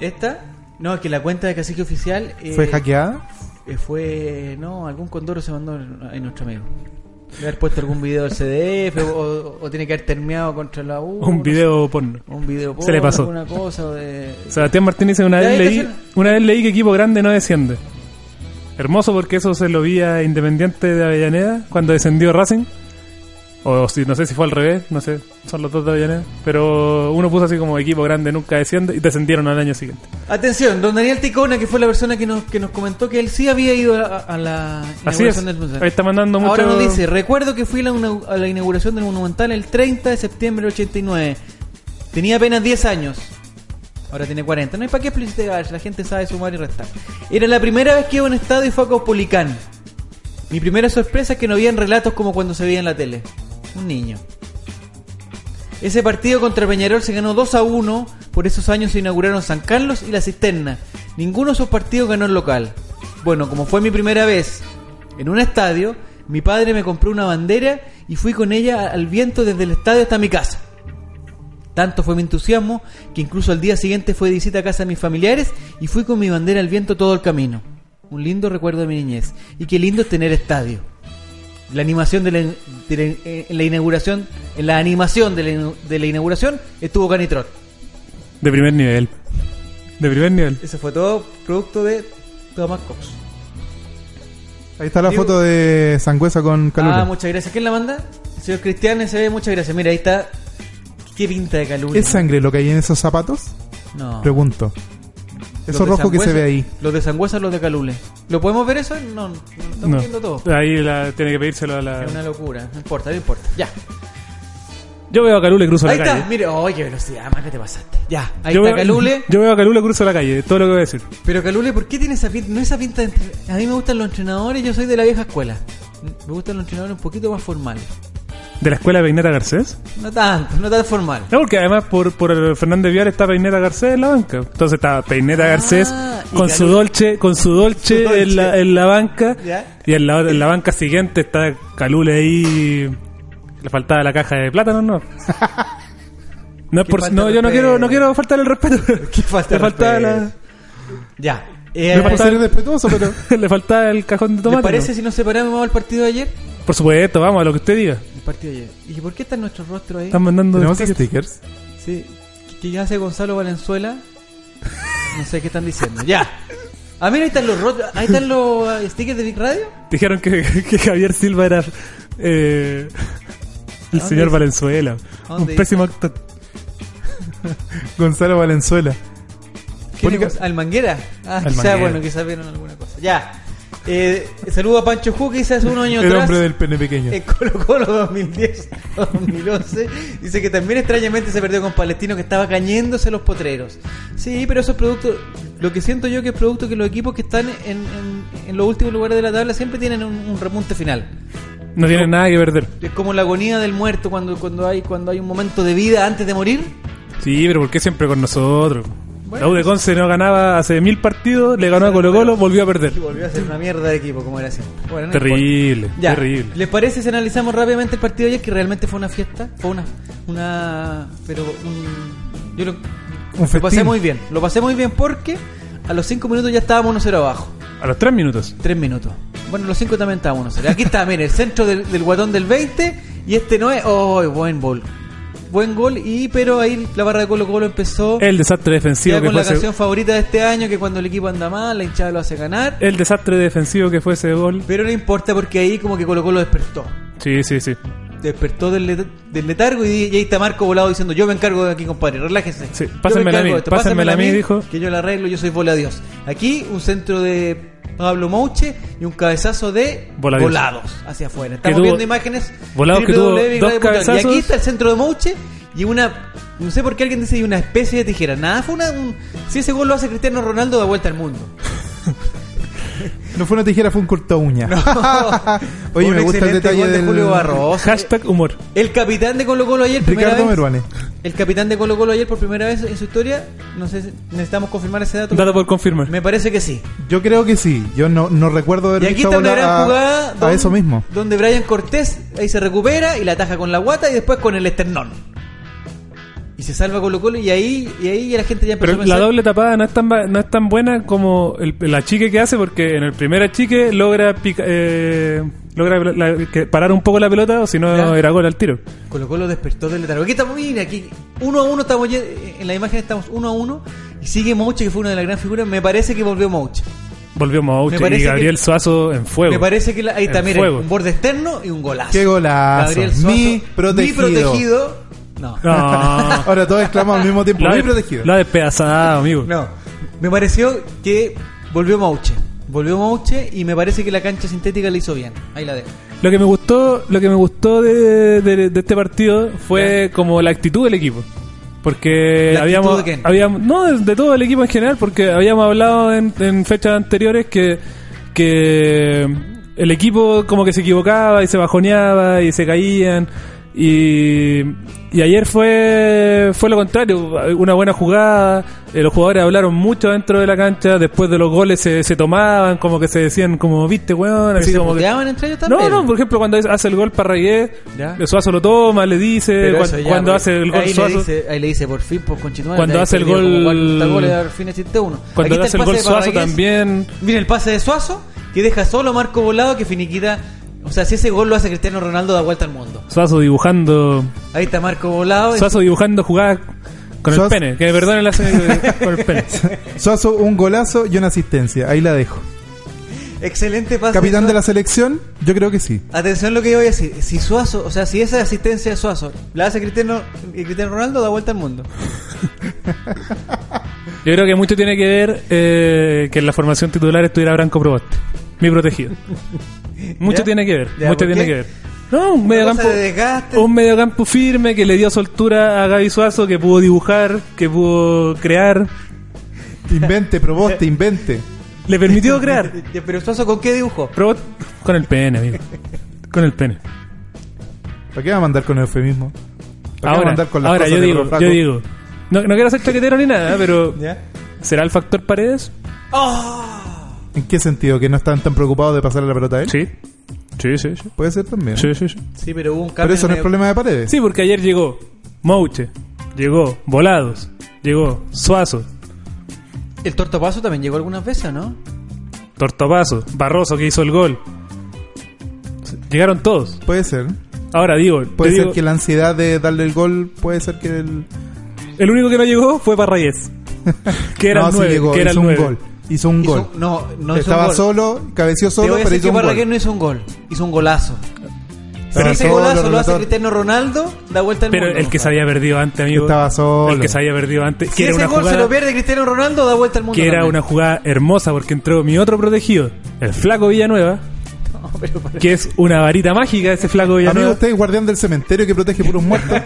[SPEAKER 1] ¿Esta? No, es que la cuenta de Cacique Oficial eh,
[SPEAKER 3] fue hackeada.
[SPEAKER 1] Eh, fue. No, algún condoro se mandó en, en nuestro amigo. Debe haber puesto algún video del CDF o, o- o tiene que haber terminado contra la U.
[SPEAKER 2] un
[SPEAKER 1] no
[SPEAKER 2] video porno.
[SPEAKER 1] sé, Un video
[SPEAKER 2] Se le
[SPEAKER 1] porno,
[SPEAKER 2] pasó.
[SPEAKER 1] Alguna cosa o de.
[SPEAKER 2] Sebastián Martínez una
[SPEAKER 1] Ya,
[SPEAKER 2] vez,
[SPEAKER 1] hay que
[SPEAKER 2] leí,
[SPEAKER 1] hacer-
[SPEAKER 2] una vez leí que equipo grande no desciende. Hermoso porque eso se lo vi a Independiente de Avellaneda cuando descendió Racing. O si, no sé si fue al revés, no sé, son los dos de Avellaneda. Pero uno puso así como equipo grande nunca desciende y descendieron al año siguiente.
[SPEAKER 1] Atención, don Daniel Ticona, que fue la persona que nos, que nos comentó que él sí había ido a, a la
[SPEAKER 2] Así es,
[SPEAKER 1] inauguración del Monumental.
[SPEAKER 2] ahí está mandando mucho...
[SPEAKER 1] Ahora nos dice: Recuerdo que fui a la, una- a la inauguración del Monumental el 30 de septiembre del 89. Tenía apenas 10 años. Ahora tiene 40. No hay para qué explicitar, la gente sabe sumar y restar. Era la primera vez que iba a un estado y fue a Caupolicán. Mi primera sorpresa es que no habían relatos como cuando se veía en la tele. Un niño. Ese partido contra Peñarol se ganó 2 a 1. Por esos años se inauguraron San Carlos y La Cisterna. Ninguno de esos partidos ganó el local. Bueno, como fue mi primera vez en un estadio, mi padre me compró una bandera y fui con ella al viento desde el estadio hasta mi casa. Tanto fue mi entusiasmo que incluso al día siguiente fue de visita a casa de mis familiares y fui con mi bandera al viento todo el camino. Un lindo recuerdo de mi niñez. Y qué lindo es tener estadio. La animación de la, de la- eh, la inauguración, en la animación de la, inu- de la inauguración estuvo Canitrot.
[SPEAKER 2] De primer nivel. De primer nivel.
[SPEAKER 1] Ese fue todo producto de Thomas Cox.
[SPEAKER 3] Ahí está la
[SPEAKER 1] Digo-
[SPEAKER 3] foto de Sangüesa con Calula.
[SPEAKER 1] Ah, muchas gracias. ¿Quién la manda? El señor Cristian ve muchas gracias. Mira, ahí está. Qué pinta de calura.
[SPEAKER 3] ¿Es sangre lo que hay en esos zapatos?
[SPEAKER 1] No.
[SPEAKER 3] Pregunto.
[SPEAKER 1] Los
[SPEAKER 3] Eso
[SPEAKER 1] de
[SPEAKER 3] rojo que se
[SPEAKER 1] Sangüesa- Eh,
[SPEAKER 3] ve ahí.
[SPEAKER 1] Los de Sangüesa, los de Calule. ¿Lo podemos ver eso? No, no, estamos
[SPEAKER 2] No.
[SPEAKER 1] viendo todo.
[SPEAKER 2] Ahí la, tiene que pedírselo a la...
[SPEAKER 1] Es una locura, no importa, no importa. Ya.
[SPEAKER 2] Yo veo a Calule y cruzo
[SPEAKER 1] ahí
[SPEAKER 2] la
[SPEAKER 1] está,
[SPEAKER 2] calle.
[SPEAKER 1] mire, oye, qué velocidad, más que te pasaste. Ya, ahí
[SPEAKER 2] yo
[SPEAKER 1] está
[SPEAKER 2] veo,
[SPEAKER 1] Calule.
[SPEAKER 2] Yo veo a Calule cruzo la calle, es todo lo que voy a decir.
[SPEAKER 1] Pero Calule, ¿por qué tiene esa pinta? No esa pinta de entre- A mí me gustan los entrenadores, yo soy de la vieja escuela. Me gustan los entrenadores un poquito más formales.
[SPEAKER 2] ¿De la escuela de Peineta Garcés?
[SPEAKER 1] No tanto, no tan formal.
[SPEAKER 2] No, porque además por, por Fernández Vial está Peineta Garcés en la banca. Entonces está Peineta
[SPEAKER 1] Ah,
[SPEAKER 2] Garcés
[SPEAKER 1] y
[SPEAKER 2] con su
[SPEAKER 1] Calule.
[SPEAKER 2] dolce, con su dolce,
[SPEAKER 1] Su Dolce.
[SPEAKER 2] En, la, en la banca.
[SPEAKER 1] Ya.
[SPEAKER 2] Y en la, en la banca siguiente está Calule ahí. Le faltaba la caja de plátano, ¿no? No, es
[SPEAKER 1] Qué
[SPEAKER 2] por,
[SPEAKER 1] falta
[SPEAKER 2] no
[SPEAKER 1] de
[SPEAKER 2] yo no
[SPEAKER 1] respeto.
[SPEAKER 2] quiero, no quiero faltar el respeto.
[SPEAKER 1] Qué falta
[SPEAKER 2] le
[SPEAKER 1] de
[SPEAKER 2] faltaba la-
[SPEAKER 1] respeto. Ya. Eh,
[SPEAKER 3] No por ser respetuoso, pero.
[SPEAKER 2] le faltaba el cajón de tomate.
[SPEAKER 1] ¿Les parece
[SPEAKER 2] ¿no?
[SPEAKER 1] si nos separamos vamos al partido de ayer?
[SPEAKER 2] Por supuesto, vamos a lo que usted diga.
[SPEAKER 1] El partido de ayer. ¿Y por qué está nuestro rostro ahí?
[SPEAKER 2] Están mandando.
[SPEAKER 3] ¿Tenemos stickers?
[SPEAKER 1] Sí, que ya hace Gonzalo Valenzuela. No sé qué están diciendo. Ya. Ah, mira, ahí están los rot- ahí están los eh, stickers de Big Radio.
[SPEAKER 2] Dijeron que, que Javier Silva era eh, el
[SPEAKER 1] ¿Dónde
[SPEAKER 2] señor
[SPEAKER 1] dice?
[SPEAKER 2] Valenzuela. Un
[SPEAKER 1] ¿Dónde
[SPEAKER 2] pésimo actor.
[SPEAKER 3] Gonzalo Valenzuela.
[SPEAKER 1] ¿Quién es
[SPEAKER 3] Mónica-
[SPEAKER 1] Gonz- Al Manguera. Ah,
[SPEAKER 2] Al
[SPEAKER 1] quizá,
[SPEAKER 2] Manguera.
[SPEAKER 1] bueno, quizás vieron alguna cosa. Ya. Eh, saludo a Pancho Ju, que hizo hace un año
[SPEAKER 3] El
[SPEAKER 1] atrás. Eh,
[SPEAKER 3] hombre del pene pequeño.
[SPEAKER 1] En Colo Colo 2010, 2011, dice que también extrañamente se perdió con Palestino que estaba cañéndose los potreros. Sí, pero esos productos, lo que siento yo que es producto que los equipos que están en, en- en los últimos lugares de la tabla siempre tienen un, un repunte final.
[SPEAKER 2] No tiene nada que perder.
[SPEAKER 1] Es como la agonía del muerto cuando, cuando, hay, cuando hay un momento de vida antes de morir.
[SPEAKER 2] Sí, pero ¿por qué siempre con nosotros? la U de Conce no ganaba hace mil partidos, le ganó a Colo Colo, volvió a perder.
[SPEAKER 1] Y volvió a ser una mierda de equipo, como era siempre. Bueno, no
[SPEAKER 2] Terrible,
[SPEAKER 1] Ya.
[SPEAKER 2] terrible.
[SPEAKER 1] ¿Les parece si analizamos rápidamente el partido de ayer que realmente fue una fiesta? Fue una. una pero un. Yo lo, lo
[SPEAKER 3] festín.
[SPEAKER 1] pasé muy bien. Lo pasé muy bien porque a los 5 minutos ya estábamos 1-0 abajo.
[SPEAKER 2] A los tres minutos.
[SPEAKER 1] 3 minutos. Bueno, los 5 también estábamos 1-0. Aquí está, mire, el centro del, del guatón del 20 y este no es. ¡Oh, buen gol! Buen gol, y pero ahí la barra de Colo Colo empezó.
[SPEAKER 2] El desastre defensivo
[SPEAKER 1] ya
[SPEAKER 2] que
[SPEAKER 1] con
[SPEAKER 2] fue
[SPEAKER 1] la
[SPEAKER 2] ese-
[SPEAKER 1] canción favorita de este año, que cuando el equipo anda mal, la hinchada lo hace ganar.
[SPEAKER 2] el desastre defensivo que fue ese gol.
[SPEAKER 1] Pero no importa porque ahí como que Colo Colo despertó.
[SPEAKER 2] Sí, sí, sí.
[SPEAKER 1] Despertó del, let- del letargo y, y ahí está Marco volado diciendo yo me encargo de aquí compadre, relájese.
[SPEAKER 2] Sí,
[SPEAKER 1] Yo me
[SPEAKER 2] pásenmela a
[SPEAKER 1] encargo
[SPEAKER 2] mí,
[SPEAKER 1] de esto,
[SPEAKER 2] pásenmela a mí", dijo.
[SPEAKER 1] Que yo la arreglo, yo soy bola Dios. Aquí un centro de Pablo Mouche y un cabezazo de
[SPEAKER 2] Bola Dios.
[SPEAKER 1] volados hacia afuera. Estamos
[SPEAKER 2] tuvo-
[SPEAKER 1] viendo imágenes. E,
[SPEAKER 2] Volados que tuvo
[SPEAKER 1] www.radio.cl.
[SPEAKER 2] dos
[SPEAKER 1] Y
[SPEAKER 2] cabezazos.
[SPEAKER 1] aquí está el centro de Mouche y una... No sé por qué alguien dice y una especie de tijera. Nada, fue una... un- si ese gol lo hace Cristiano Ronaldo da vuelta al mundo.
[SPEAKER 3] No fue una tijera, fue un corta uña. Oye,
[SPEAKER 1] Fue
[SPEAKER 3] me
[SPEAKER 1] un
[SPEAKER 3] gusta el
[SPEAKER 1] excelente
[SPEAKER 3] detalle
[SPEAKER 1] gol de
[SPEAKER 3] del
[SPEAKER 1] Julio Barroso.
[SPEAKER 2] Hashtag humor.
[SPEAKER 1] El capitán de Colo Colo ayer, primera
[SPEAKER 3] Ricardo
[SPEAKER 1] vez-
[SPEAKER 3] Meruane.
[SPEAKER 1] El capitán de Colo Colo ayer por primera vez en su historia, no sé, si necesitamos confirmar ese dato.
[SPEAKER 2] Dado por confirmar.
[SPEAKER 1] Me parece que sí.
[SPEAKER 3] Yo creo que sí. Yo no, no recuerdo
[SPEAKER 1] Y
[SPEAKER 3] haber
[SPEAKER 1] aquí
[SPEAKER 3] visto
[SPEAKER 1] está una
[SPEAKER 3] volar
[SPEAKER 1] gran
[SPEAKER 3] a,
[SPEAKER 1] jugada
[SPEAKER 3] a
[SPEAKER 1] don-
[SPEAKER 3] eso mismo.
[SPEAKER 1] donde Brian Cortés ahí se recupera y la ataja con la guata y después con el esternón. Y se salva Colo Colo y ahí y ahí la gente ya empezó
[SPEAKER 2] Pero
[SPEAKER 1] a
[SPEAKER 2] la
[SPEAKER 1] pensar,
[SPEAKER 2] doble tapada no es tan, ba- no es tan buena como el, el achique que hace, porque en el primer achique logra pica- eh, logra la- que parar un poco la pelota, o si no
[SPEAKER 1] Ya.
[SPEAKER 2] era gol al tiro.
[SPEAKER 1] Colo Colo despertó del letargo. Aquí estamos, mira, aquí uno a uno estamos ya- en la imagen estamos uno a uno y sigue Mouche que fue una de las gran figuras, me parece que volvió Mouche.
[SPEAKER 2] Volvió Mauche
[SPEAKER 1] Me parece
[SPEAKER 2] y Gabriel
[SPEAKER 1] que-
[SPEAKER 2] Suazo en fuego.
[SPEAKER 1] Me parece que la- ahí está,
[SPEAKER 2] En
[SPEAKER 1] mira,
[SPEAKER 2] fuego.
[SPEAKER 1] un borde externo y un golazo.
[SPEAKER 3] Qué golazo.
[SPEAKER 1] Gabriel Suazo,
[SPEAKER 3] Mi protegido.
[SPEAKER 1] Mi protegido. No.
[SPEAKER 2] No. la,
[SPEAKER 3] Ahora todos exclamamos al mismo tiempo. Muy
[SPEAKER 2] de-
[SPEAKER 3] protegido.
[SPEAKER 2] Ah. la despedazada, amigo.
[SPEAKER 1] No. Me pareció que volvió Mauche. Volvió Mauche y me parece que la cancha sintética le hizo bien. Ahí la dejo.
[SPEAKER 2] Lo que me gustó, lo que me gustó de, de- de este partido fue como la actitud del equipo. Porque
[SPEAKER 1] ¿La actitud
[SPEAKER 2] habíamos,
[SPEAKER 1] de quién?
[SPEAKER 2] habíamos- no de, de todo el equipo en general, porque habíamos hablado en, en fechas anteriores que, que el equipo como que se equivocaba y se bajoneaba y se caían. Y, y ayer fue, fue lo contrario, una buena jugada, eh, los jugadores hablaron mucho dentro de la cancha, después de los goles se, se tomaban, como que se decían como, viste, weón, así
[SPEAKER 1] ¿Se
[SPEAKER 2] como que...
[SPEAKER 1] puteaban entre ellos
[SPEAKER 2] No,
[SPEAKER 1] también?
[SPEAKER 2] no, por ejemplo, cuando hace el gol Parragué,
[SPEAKER 1] Ya.
[SPEAKER 2] Suazo lo toma, le dice,
[SPEAKER 1] Pero
[SPEAKER 2] cuan-
[SPEAKER 1] eso
[SPEAKER 2] cuando,
[SPEAKER 1] ya, porque
[SPEAKER 2] hace el gol
[SPEAKER 1] ahí
[SPEAKER 2] Suazo,
[SPEAKER 1] Le dice, ahí le dice, por fin, por continuar.
[SPEAKER 2] Cuando hace el gol-
[SPEAKER 1] goles, al fin existe uno. Aquí
[SPEAKER 2] cuando
[SPEAKER 1] está
[SPEAKER 2] hace el gol
[SPEAKER 1] pase de
[SPEAKER 2] Suazo
[SPEAKER 1] Parragués.
[SPEAKER 2] también,
[SPEAKER 1] Mira el pase de Suazo, que deja solo a Marco Volado, que finiquita. O sea, si ese gol lo hace Cristiano Ronaldo, da vuelta al mundo.
[SPEAKER 2] Suazo dibujando,
[SPEAKER 1] Ahí está Marco Volado. y-
[SPEAKER 2] Suazo dibujando jugadas con
[SPEAKER 3] Suazo-
[SPEAKER 2] el pene, que me perdonen la señora eh, con el pene.
[SPEAKER 3] Suazo, un golazo y una asistencia. Ahí la dejo.
[SPEAKER 1] Excelente pase.
[SPEAKER 3] Capitán de
[SPEAKER 1] Suazo.
[SPEAKER 3] la selección, yo creo que sí.
[SPEAKER 1] Atención lo que yo voy a decir. Si Suazo, o sea, si esa asistencia de Suazo la hace Cristiano, y Cristiano Ronaldo, da vuelta al mundo.
[SPEAKER 2] Yo creo que mucho tiene que ver eh, que en la formación titular estuviera Branco Proboste, mi protegido. Mucho
[SPEAKER 1] ¿Ya?
[SPEAKER 2] tiene que ver,
[SPEAKER 1] ¿Ya,
[SPEAKER 2] mucho
[SPEAKER 1] por
[SPEAKER 2] tiene
[SPEAKER 1] qué?
[SPEAKER 2] que ver. No, un
[SPEAKER 1] Una
[SPEAKER 2] mediocampo,
[SPEAKER 1] cosa de desgaste.
[SPEAKER 2] un mediocampo firme que le dio soltura a Gaby Suazo, que pudo dibujar, que pudo crear,
[SPEAKER 3] Invente, proboste, invente.
[SPEAKER 2] le permitió crear.
[SPEAKER 1] Ya, Eh, Pero Suazo, ¿con qué dibujo?
[SPEAKER 2] Pero vos- con el pene, amigo. Con el pene.
[SPEAKER 3] ¿Para qué va a mandar con eufemismo? ¿Para qué va a
[SPEAKER 2] Ahora,
[SPEAKER 3] mandar con las
[SPEAKER 2] ahora
[SPEAKER 3] cosas
[SPEAKER 2] yo
[SPEAKER 3] de
[SPEAKER 2] digo,
[SPEAKER 3] perro flaco?
[SPEAKER 2] yo digo. No, no quiero ser chaquetero ni nada, pero
[SPEAKER 1] ¿Ya?
[SPEAKER 2] ¿será el factor paredes?
[SPEAKER 3] ¡Ah!
[SPEAKER 1] ¡Oh!
[SPEAKER 3] ¿En qué sentido? ¿Que no están tan preocupados de pasarle la pelota a él?
[SPEAKER 2] Sí. Sí, sí, sí.
[SPEAKER 3] Puede ser también.
[SPEAKER 2] Sí, sí, sí.
[SPEAKER 1] Sí, pero hubo un
[SPEAKER 3] Pero
[SPEAKER 1] cambio.
[SPEAKER 3] eso no es
[SPEAKER 1] medio-
[SPEAKER 3] problema de paredes.
[SPEAKER 2] Sí, porque ayer llegó Mouche, llegó Volados, llegó Suazo,
[SPEAKER 1] El tortopaso también llegó algunas veces, ¿o ¿no?
[SPEAKER 2] Tortopazo, Barroso que hizo el gol. Llegaron todos.
[SPEAKER 3] Puede ser.
[SPEAKER 2] Ahora digo, yo
[SPEAKER 3] Puede
[SPEAKER 2] digo,
[SPEAKER 3] ser que la ansiedad de darle el gol, puede ser que el...
[SPEAKER 2] el único que no llegó fue Parragués. Que era
[SPEAKER 3] no,
[SPEAKER 2] el
[SPEAKER 3] sí
[SPEAKER 2] 9,
[SPEAKER 3] llegó,
[SPEAKER 2] que era
[SPEAKER 3] hizo
[SPEAKER 2] el
[SPEAKER 3] un
[SPEAKER 2] 9.
[SPEAKER 3] gol. Hizo un
[SPEAKER 1] Hizo-
[SPEAKER 3] gol.
[SPEAKER 1] No, no hizo
[SPEAKER 3] Estaba
[SPEAKER 1] un gol.
[SPEAKER 3] solo, cabeció
[SPEAKER 1] Te
[SPEAKER 3] solo,
[SPEAKER 1] voy a
[SPEAKER 3] pero
[SPEAKER 1] decir
[SPEAKER 3] hizo
[SPEAKER 1] que
[SPEAKER 3] un gol.
[SPEAKER 1] Barraguer no hizo un gol, hizo un golazo.
[SPEAKER 3] Estaba
[SPEAKER 1] si ese
[SPEAKER 3] solo,
[SPEAKER 1] golazo lo hace
[SPEAKER 3] relator.
[SPEAKER 1] Cristiano Ronaldo, da vuelta al
[SPEAKER 2] Pero
[SPEAKER 1] mundo.
[SPEAKER 2] el que se
[SPEAKER 1] compadre.
[SPEAKER 2] había perdido antes, amigo.
[SPEAKER 3] Estaba solo.
[SPEAKER 2] El que se había perdido antes.
[SPEAKER 1] Si
[SPEAKER 2] que era
[SPEAKER 1] ese
[SPEAKER 2] una
[SPEAKER 1] gol
[SPEAKER 2] jugada,
[SPEAKER 1] se lo pierde Cristiano Ronaldo, da vuelta al mundo.
[SPEAKER 2] que era
[SPEAKER 1] también.
[SPEAKER 2] una jugada hermosa porque entró mi otro protegido, el flaco Villanueva,
[SPEAKER 1] No, pero para-
[SPEAKER 2] que es una varita mágica ese flaco
[SPEAKER 3] Amigo,
[SPEAKER 2] Villanueva.
[SPEAKER 3] usted es guardián del cementerio que protege puros muertos.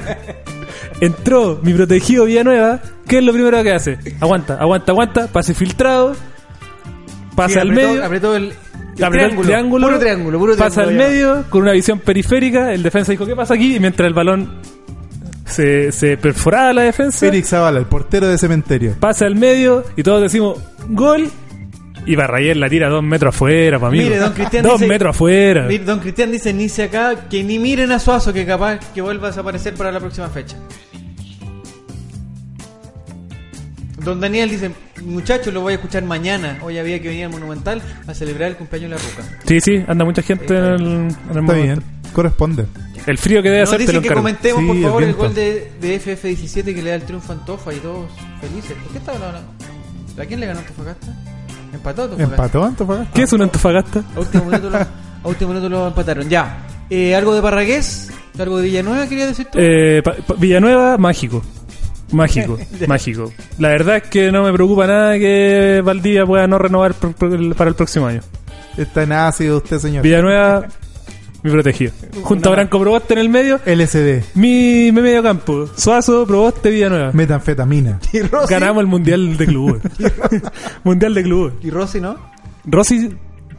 [SPEAKER 2] Entró mi protegido Villanueva, que es lo primero que hace. Aguanta, aguanta, aguanta, pase filtrado, pasa
[SPEAKER 1] Sí,
[SPEAKER 2] al
[SPEAKER 1] apretó-
[SPEAKER 2] medio.
[SPEAKER 1] Apretó el, el
[SPEAKER 2] apretó el
[SPEAKER 1] triángulo, Puro triángulo, puro
[SPEAKER 2] pasa al
[SPEAKER 1] triángulo, ya.
[SPEAKER 2] medio con una visión periférica. El defensa dijo: ¿Qué pasa aquí? Y mientras el balón se, se perforaba la defensa,
[SPEAKER 3] Félix Zavala, el portero de cementerio.
[SPEAKER 2] pasa al medio y todos decimos gol. Y Barrayer la tira dos metros afuera, para mí.
[SPEAKER 1] Mire, don Cristian
[SPEAKER 2] Dos
[SPEAKER 1] dice-
[SPEAKER 2] metros afuera.
[SPEAKER 1] Mir- Don Cristian dice, inicia acá, que ni miren a Suazo, que capaz que vuelva a desaparecer para la próxima fecha. Don Daniel dice, muchachos, lo voy a escuchar mañana. Hoy había que venir al Monumental a celebrar el cumpleaños de la Ruca.
[SPEAKER 2] Sí, sí, anda mucha gente en el, en el
[SPEAKER 3] Está
[SPEAKER 2] momento.
[SPEAKER 3] bien, corresponde.
[SPEAKER 2] El frío que debe
[SPEAKER 1] Nos
[SPEAKER 2] hacer te lo
[SPEAKER 1] dicen que
[SPEAKER 2] encargo.
[SPEAKER 1] comentemos,
[SPEAKER 3] Sí,
[SPEAKER 1] por
[SPEAKER 3] el
[SPEAKER 1] favor, el,
[SPEAKER 3] viento.
[SPEAKER 1] gol de, de FF17 que le da el triunfo a Antofa y todos felices. ¿Por qué está hablando? ¿A quién le ganó Antofagasta? ¿Empató Antofagasta?
[SPEAKER 3] ¿Empató Antofagasta?
[SPEAKER 2] ¿Qué es un antofagasta?
[SPEAKER 1] A último minuto lo, a último minuto lo empataron. Ya. Eh, ¿Algo de Parragués? ¿Algo de Villanueva quería decir tú?
[SPEAKER 2] Eh, pa- pa- Villanueva, mágico. Mágico, mágico. La verdad es que no me preocupa nada que Valdivia pueda no renovar pro- pro- para el próximo año.
[SPEAKER 3] Está en ácido usted, señor.
[SPEAKER 2] Villanueva, mi protegido. Junto a Branco Proboste en el medio,
[SPEAKER 3] LSD,
[SPEAKER 2] mi, mi medio campo. Suazo, Proboste, Villanueva.
[SPEAKER 3] metanfetamina.
[SPEAKER 1] Y Rossi.
[SPEAKER 2] Ganamos el Mundial de Clubes. mundial de Clubes.
[SPEAKER 1] Y Rossi, ¿no?
[SPEAKER 2] Rossi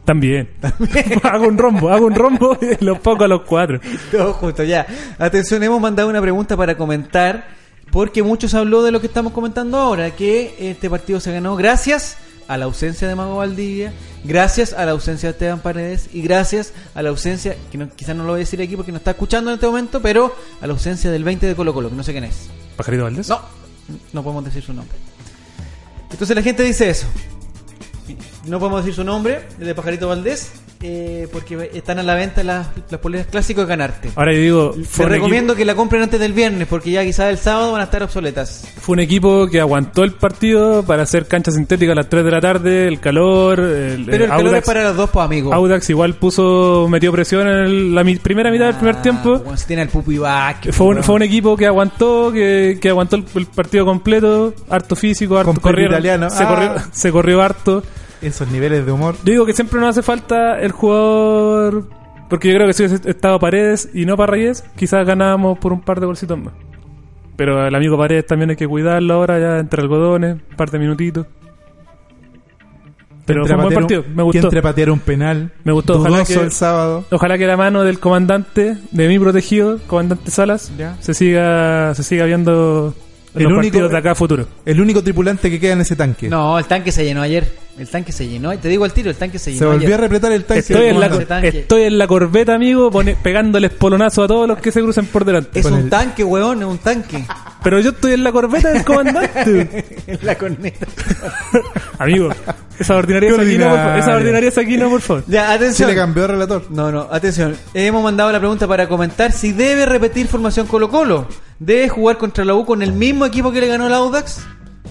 [SPEAKER 2] también. hago un rombo, hago un rombo y los pongo a los cuatro.
[SPEAKER 1] Todo justo, ya. Atención, hemos mandado una pregunta para comentar, porque muchos habló de lo que estamos comentando ahora, que este partido se ganó gracias a la ausencia de Mago Valdivia, gracias a la ausencia de Esteban Paredes y gracias a la ausencia, que no, quizás no lo voy a decir aquí porque no está escuchando en este momento, pero a la ausencia del 20 de Colo Colo, que no sé quién es.
[SPEAKER 2] Pajarito Valdés.
[SPEAKER 1] No, no podemos decir su nombre. Entonces la gente dice eso. No podemos decir su nombre, el de Pajarito Valdés, eh, porque están a la venta las, las poleras clásicos de Ganarte.
[SPEAKER 2] Ahora yo digo,
[SPEAKER 1] Te
[SPEAKER 2] un
[SPEAKER 1] recomiendo que la compren antes del viernes, porque ya quizás el sábado van a estar obsoletas.
[SPEAKER 2] Fue un equipo que aguantó el partido para hacer cancha sintética a las 3 de la tarde, el calor, el,
[SPEAKER 1] Pero el
[SPEAKER 2] Audax,
[SPEAKER 1] calor es para los dos, pues, amigos.
[SPEAKER 2] Audax igual puso, metió presión en el- la mi- primera mitad del primer
[SPEAKER 1] Ah,
[SPEAKER 2] tiempo.
[SPEAKER 1] bueno, si tiene el pupi Vázquez,
[SPEAKER 2] Fue un,
[SPEAKER 1] bueno.
[SPEAKER 2] fue un equipo que aguantó, que, que aguantó el, el partido completo, harto físico, harto
[SPEAKER 3] Completo
[SPEAKER 2] corrieron,
[SPEAKER 3] italiano.
[SPEAKER 2] Se,
[SPEAKER 3] Ah.
[SPEAKER 2] corrió, se corrió harto.
[SPEAKER 3] Esos niveles de humor.
[SPEAKER 2] Yo digo que siempre nos hace falta el jugador, porque yo creo que si hubiese estado Paredes y no Parragués, quizás ganábamos por un par de bolsitos más. Pero el amigo Paredes también hay que cuidarlo ahora, ya entre algodones, un par de minutitos. Pero fue un buen
[SPEAKER 3] Entrepatear
[SPEAKER 2] partido, me
[SPEAKER 3] Que
[SPEAKER 2] gustó.
[SPEAKER 3] entrepatear un penal.
[SPEAKER 2] Me gustó, ojalá
[SPEAKER 3] Dudoso
[SPEAKER 2] que-
[SPEAKER 3] el sábado.
[SPEAKER 2] Ojalá que la mano del comandante, de mi protegido, comandante Salas,
[SPEAKER 3] Ya.
[SPEAKER 2] se siga se siga viendo en
[SPEAKER 3] El
[SPEAKER 2] los
[SPEAKER 3] único-
[SPEAKER 2] partidos de acá a futuro.
[SPEAKER 3] El único tripulante que queda en ese tanque.
[SPEAKER 1] No, el tanque se llenó ayer. El tanque se llenó. Te digo al tiro, el tanque se llenó
[SPEAKER 3] Se volvió a
[SPEAKER 1] ayer.
[SPEAKER 3] repletar el tanque.
[SPEAKER 2] Estoy
[SPEAKER 3] del
[SPEAKER 2] en, la,
[SPEAKER 1] comandante.
[SPEAKER 3] comandante.
[SPEAKER 2] cor- estoy en la corbeta, amigo, pone- pegándoles polonazo a todos los que se crucen por delante.
[SPEAKER 1] Es
[SPEAKER 3] Con
[SPEAKER 1] un
[SPEAKER 3] el-
[SPEAKER 1] tanque, weón, es un tanque.
[SPEAKER 2] Pero yo estoy en la corbeta del comandante.
[SPEAKER 1] la corneta.
[SPEAKER 2] Amigo, esa ordinaria es
[SPEAKER 3] Qué
[SPEAKER 2] aquí no, por favor.
[SPEAKER 3] ordinario.
[SPEAKER 2] Esa ordinaria es aquí no, por favor.
[SPEAKER 1] Ya,
[SPEAKER 3] Se
[SPEAKER 1] atención.
[SPEAKER 3] le cambió el relator.
[SPEAKER 1] No, no, atención. Hemos mandado la pregunta para comentar si debe repetir formación Colo Colo. ¿Debe jugar contra la U con el mismo equipo que le ganó el Audax?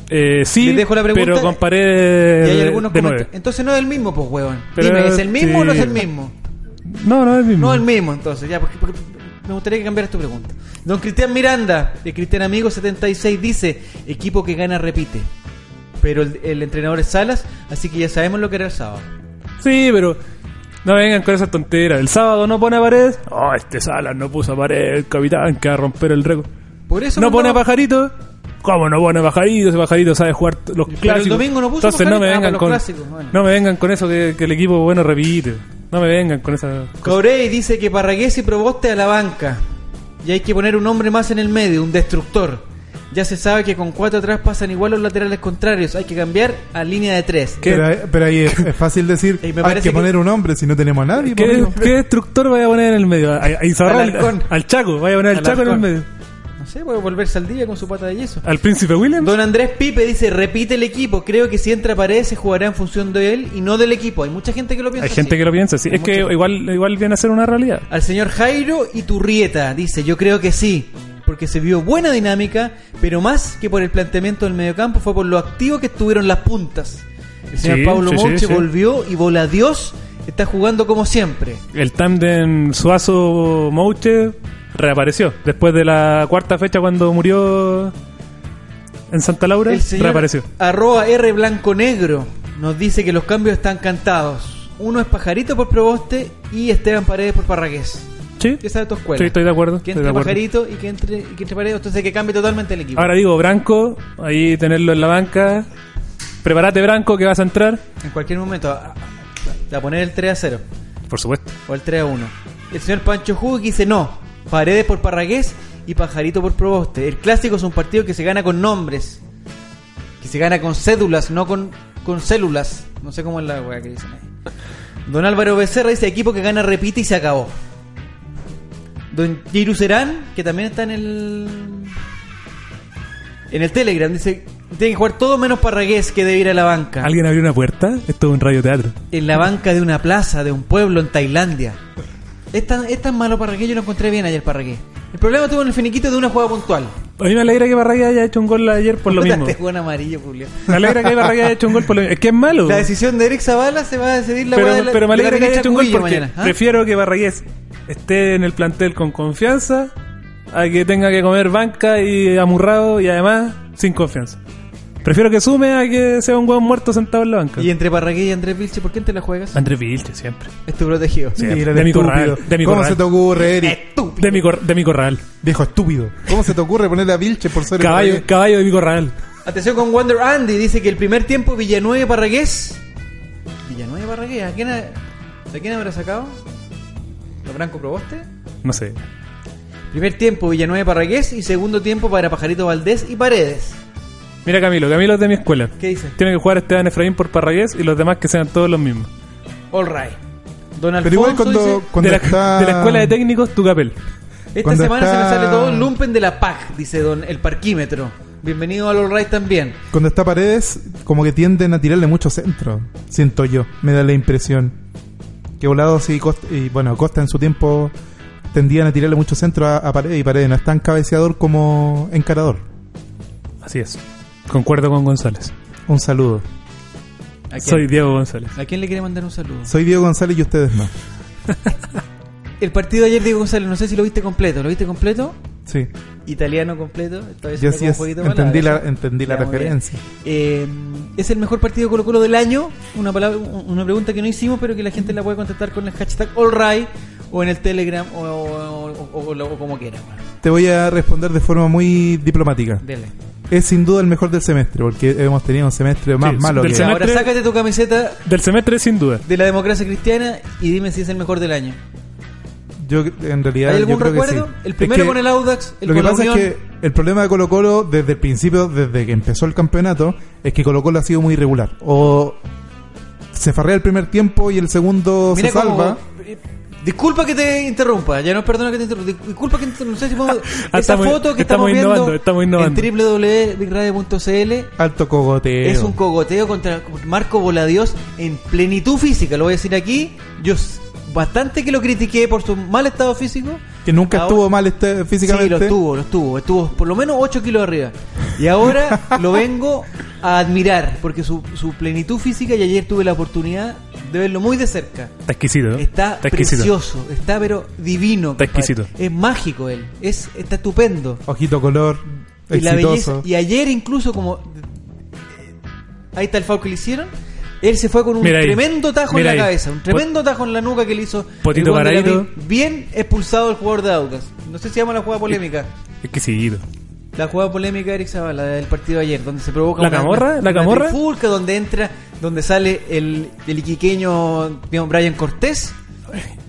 [SPEAKER 2] Eh, sí,
[SPEAKER 1] Les dejo la pregunta.
[SPEAKER 2] pero comparé
[SPEAKER 1] y hay algunos
[SPEAKER 2] Eh, de
[SPEAKER 1] comentarios.
[SPEAKER 2] nueve.
[SPEAKER 1] Entonces no es el mismo, pues, huevón.
[SPEAKER 2] Pero-
[SPEAKER 1] Dime, ¿es el mismo o no es
[SPEAKER 2] sí.
[SPEAKER 1] el mismo?
[SPEAKER 2] No, no es el mismo.
[SPEAKER 1] No es el mismo, entonces. Ya, porque, porque me gustaría que cambiaras tu pregunta. Don Cristian Miranda, de Cristian Amigo 76, dice, equipo que gana repite. Pero el, el entrenador es Salas, así que ya sabemos lo que era el sábado.
[SPEAKER 2] Sí, pero no vengan con esa tontera. El sábado no pone a pared. Oh, este Salas no puso a pared, el capitán, que va a romper el récord.
[SPEAKER 1] Por eso
[SPEAKER 2] No pone a
[SPEAKER 1] mandamos-
[SPEAKER 2] pajarito. ¿Cómo no pone a pajarito? Ese pajarito sabe jugar t- los
[SPEAKER 1] Pero el
[SPEAKER 2] clásicos.
[SPEAKER 1] domingo no puso
[SPEAKER 2] Entonces no me
[SPEAKER 1] Pajarito. Ah,
[SPEAKER 2] vengan
[SPEAKER 1] para
[SPEAKER 2] con
[SPEAKER 1] los clásicos, bueno.
[SPEAKER 2] no me vengan con eso que, que el equipo bueno repite. No me vengan con esa
[SPEAKER 1] Corey dice que Parragués y Proboste a la banca. Y hay que poner un hombre más en el medio, un destructor. Ya se sabe que con cuatro atrás pasan igual los laterales contrarios. Hay que cambiar a línea de tres.
[SPEAKER 2] ¿Qué?
[SPEAKER 3] Pero, pero ahí es, es fácil decir,
[SPEAKER 1] Y me
[SPEAKER 3] hay
[SPEAKER 1] parece
[SPEAKER 3] que
[SPEAKER 1] que-
[SPEAKER 3] poner un hombre si no tenemos a nadie.
[SPEAKER 2] ¿Qué,
[SPEAKER 3] por amigo.
[SPEAKER 2] qué destructor vaya a poner en el medio? A, a Izarralde,
[SPEAKER 1] Al halcón.
[SPEAKER 2] al Chaco, vaya a poner al,
[SPEAKER 1] Al
[SPEAKER 2] Chaco en el
[SPEAKER 1] halcón.
[SPEAKER 2] medio.
[SPEAKER 1] No sé, puede volver Saldivia con su pata de yeso.
[SPEAKER 2] ¿Al Príncipe William?
[SPEAKER 1] Don Andrés Pipe dice, repite el equipo. Creo que si entra Paredes se jugará en función de él y no del equipo. Hay mucha gente que lo piensa
[SPEAKER 2] Hay gente
[SPEAKER 1] así.
[SPEAKER 2] que lo piensa, sí.
[SPEAKER 1] Hay
[SPEAKER 2] Es que
[SPEAKER 1] mucha-
[SPEAKER 2] igual, igual viene a ser una realidad.
[SPEAKER 1] Al señor Jairo Iturrieta dice, yo creo que sí, porque se vio buena dinámica, pero más que por el planteamiento del mediocampo fue por lo activo que estuvieron las puntas. El señor
[SPEAKER 2] Sí,
[SPEAKER 1] Pablo
[SPEAKER 2] sí, sí,
[SPEAKER 1] Monche
[SPEAKER 2] sí.
[SPEAKER 1] volvió y bola Dios está jugando como siempre.
[SPEAKER 2] El tándem Suazo-Mouche reapareció. Después de la cuarta fecha cuando murió en Santa Laura,
[SPEAKER 1] El señor
[SPEAKER 2] reapareció.
[SPEAKER 1] arroba R Blanco Negro nos dice que los cambios están cantados. Uno es Pajarito por Proboste y Esteban Paredes por Parragués.
[SPEAKER 2] ¿Sí?
[SPEAKER 1] Esa es tu escuela.
[SPEAKER 2] Sí, estoy de acuerdo.
[SPEAKER 1] Que
[SPEAKER 2] estoy
[SPEAKER 1] entre
[SPEAKER 2] de acuerdo.
[SPEAKER 1] Pajarito y que entre, y que entre Paredes, entonces que cambie totalmente el equipo.
[SPEAKER 2] Ahora digo, Branco, ahí tenerlo en la banca. Prepárate, Branco, que vas a entrar.
[SPEAKER 1] En cualquier momento, a, a- a poner el 3 a 0
[SPEAKER 2] Por supuesto.
[SPEAKER 1] o el 3 a 1. El señor Pancho Jug dice no, Paredes por Parragués y Pajarito por Proboste. El clásico es un partido que se gana con nombres, que se gana con cédulas, no con, con células. No sé cómo es la weá que dicen ahí. Don Álvaro Becerra dice equipo que gana repite y se acabó. Don Jiru Serán, que también está en el. En el Telegram, dice: Tiene que jugar todo menos Parragués, que debe ir a la banca.
[SPEAKER 2] ¿Alguien abrió una puerta? Esto es un radioteatro.
[SPEAKER 1] En la banca de una plaza, de un pueblo en Tailandia. Es tan, es tan malo Parragués, yo lo encontré bien ayer Parragués. El problema estuvo en el finiquito de una jugada puntual.
[SPEAKER 2] A mí me alegra que Barragán haya hecho un gol ayer por lo mismo.
[SPEAKER 1] Te juegan amarillo, Julio.
[SPEAKER 2] Me alegra que Barragán haya hecho un gol por lo mismo. Es que es malo.
[SPEAKER 1] La decisión de Eric Zavala se va a decidir la
[SPEAKER 2] pero,
[SPEAKER 1] hueá de la-
[SPEAKER 2] pero me
[SPEAKER 1] de la
[SPEAKER 2] alegra que haya
[SPEAKER 1] derecha
[SPEAKER 2] hecho un gol
[SPEAKER 1] Cubillo
[SPEAKER 2] porque
[SPEAKER 1] mañana, ¿ah?
[SPEAKER 2] prefiero que Barragués esté en el plantel con confianza a que tenga que comer banca y amurrado y además sin confianza. Prefiero que sume a que sea un hueón muerto sentado en la banca.
[SPEAKER 1] Y entre Parragués y Andrés Vilche, ¿por qué te la juegas?
[SPEAKER 2] Andrés Vilche, siempre.
[SPEAKER 1] Es tu protegido.
[SPEAKER 2] Sí,
[SPEAKER 3] Mira,
[SPEAKER 2] de mi
[SPEAKER 3] estúpido.
[SPEAKER 2] corral, de mi
[SPEAKER 3] ¿Cómo
[SPEAKER 2] corral.
[SPEAKER 3] se te ocurre, Eric?
[SPEAKER 1] Estúpido.
[SPEAKER 2] De mi, cor- de mi corral.
[SPEAKER 3] Viejo estúpido. ¿Cómo se te ocurre ponerle a Vilche por ser el
[SPEAKER 2] Caballo,
[SPEAKER 3] rey?
[SPEAKER 2] caballo de mi corral.
[SPEAKER 1] Atención con Wander Andy, dice que el primer tiempo Villanueva y Parragués. Villanueva y Parragués, ¿a quién, ha- ¿a quién habrá sacado? ¿Lo Branco Proboste?
[SPEAKER 2] No sé.
[SPEAKER 1] Primer tiempo Villanueva y Parragués y segundo tiempo para Pajarito Valdés y Paredes.
[SPEAKER 2] Mira Camilo, Camilo es de mi escuela.
[SPEAKER 1] ¿Qué dice?
[SPEAKER 2] Tiene que jugar Esteban Efraín por Parragués y los demás que sean todos los mismos.
[SPEAKER 1] All right. Don Alfonso
[SPEAKER 3] Pero igual cuando,
[SPEAKER 1] dice,
[SPEAKER 3] cuando
[SPEAKER 2] de, la,
[SPEAKER 3] está...
[SPEAKER 2] de la escuela de técnicos, tu capel.
[SPEAKER 1] Esta
[SPEAKER 3] cuando
[SPEAKER 1] semana
[SPEAKER 3] está-
[SPEAKER 1] se me sale todo el lumpen de la PAC, dice don el parquímetro. Bienvenido al All Right también.
[SPEAKER 3] Cuando está Paredes, como que tienden a tirarle mucho centro, siento yo, me da la impresión. Que volado sí, Costa- y bueno, Costa en su tiempo tendían a tirarle mucho centro a, a Paredes y Paredes no es tan cabeceador como encarador.
[SPEAKER 2] Así es. Concuerdo con González.
[SPEAKER 3] Un saludo.
[SPEAKER 1] ¿A quién?
[SPEAKER 2] Soy Diego González.
[SPEAKER 1] ¿A quién le quiere mandar un saludo?
[SPEAKER 3] Soy Diego González y ustedes no.
[SPEAKER 1] El partido de ayer, Diego González, no sé si lo viste completo. ¿Lo viste completo?
[SPEAKER 3] Sí,
[SPEAKER 1] Italiano completo. Todavía se me
[SPEAKER 3] yo sí
[SPEAKER 1] como un
[SPEAKER 3] es-
[SPEAKER 1] poquito ¿eh? de
[SPEAKER 3] entendí la,
[SPEAKER 1] palabra.
[SPEAKER 3] entendí la
[SPEAKER 1] Ya, muy bien.
[SPEAKER 3] referencia.
[SPEAKER 1] Eh, es el mejor partido de Colo Colo del año. Una, palabra, una pregunta que no hicimos, pero que la gente la puede contestar con el hashtag AllRight o en el Telegram o, o- o- o- o como quiera. bueno.
[SPEAKER 3] Te voy a responder de forma muy diplomática.
[SPEAKER 1] Dele.
[SPEAKER 3] Es sin duda el mejor del semestre, porque hemos tenido un semestre más
[SPEAKER 2] Sí,
[SPEAKER 3] malo
[SPEAKER 2] del
[SPEAKER 3] que
[SPEAKER 1] Ya,
[SPEAKER 2] semestre-
[SPEAKER 1] ahora sácate tu camiseta
[SPEAKER 2] Del semestre, sin duda.
[SPEAKER 1] de la democracia cristiana y dime si es el mejor del año.
[SPEAKER 3] yo en realidad
[SPEAKER 1] ¿Hay
[SPEAKER 3] yo
[SPEAKER 1] algún
[SPEAKER 3] creo que
[SPEAKER 1] recuerdo?
[SPEAKER 3] sí.
[SPEAKER 1] El
[SPEAKER 3] Es
[SPEAKER 1] primero
[SPEAKER 3] que-
[SPEAKER 1] con el Audax, el
[SPEAKER 3] Lo que
[SPEAKER 1] con la
[SPEAKER 3] pasa
[SPEAKER 1] Unión.
[SPEAKER 3] es que el problema de Colo Colo desde el principio, desde que empezó el campeonato, es que Colo Colo ha sido muy irregular. O se farrea el primer tiempo y el segundo
[SPEAKER 1] Mira
[SPEAKER 3] se
[SPEAKER 1] cómo-
[SPEAKER 3] salva.
[SPEAKER 1] eh, Disculpa que te interrumpa, ya no perdona que te interrumpa. dis- Disculpa que te- no sé si podemos- esa
[SPEAKER 3] Ah,
[SPEAKER 2] estamos-
[SPEAKER 1] foto que
[SPEAKER 2] estamos
[SPEAKER 1] estamos,
[SPEAKER 2] innovando,
[SPEAKER 1] viendo
[SPEAKER 2] estamos innovando.
[SPEAKER 1] en www.bigradio.cl
[SPEAKER 3] Alto cogoteo.
[SPEAKER 1] es un cogoteo contra Marco Voladios en plenitud física. Lo voy a decir aquí. Yo s- bastante que lo critiqué por su mal estado físico.
[SPEAKER 3] que nunca
[SPEAKER 1] Ahora-
[SPEAKER 3] estuvo mal este, físicamente.
[SPEAKER 1] Sí, lo estuvo, lo estuvo. Estuvo por lo menos 8 kilos arriba. Y ahora lo vengo a admirar porque su, su plenitud física, y ayer tuve la oportunidad de verlo muy de cerca.
[SPEAKER 2] Está exquisito. ¿no?
[SPEAKER 1] Está, precioso, está pero divino.
[SPEAKER 2] Está
[SPEAKER 1] compadre.
[SPEAKER 2] exquisito.
[SPEAKER 1] Es mágico él, es, está estupendo.
[SPEAKER 3] Ojito color,
[SPEAKER 1] Y la belleza.
[SPEAKER 3] exitoso.
[SPEAKER 1] Y ayer incluso como eh, ahí está el foul que le hicieron. Él se fue con un
[SPEAKER 2] Mira ahí.
[SPEAKER 1] tremendo tajo
[SPEAKER 2] Mira
[SPEAKER 1] en la
[SPEAKER 2] ahí.
[SPEAKER 1] cabeza, un tremendo tajo en la nuca que le hizo
[SPEAKER 2] Potito
[SPEAKER 1] el Wander
[SPEAKER 2] Garavito.
[SPEAKER 1] Abril. Bien expulsado el jugador de Aucas. No sé si llama la jugada polémica.
[SPEAKER 2] Exquisito.
[SPEAKER 1] La jugada polémica de Eric Zavala del partido de ayer, donde se provoca
[SPEAKER 2] ¿La
[SPEAKER 1] una-
[SPEAKER 2] camorra? ¿La
[SPEAKER 1] una
[SPEAKER 2] camorra?
[SPEAKER 1] trifulca, donde entra, donde sale el, el iquiqueño digamos, Brian Cortés.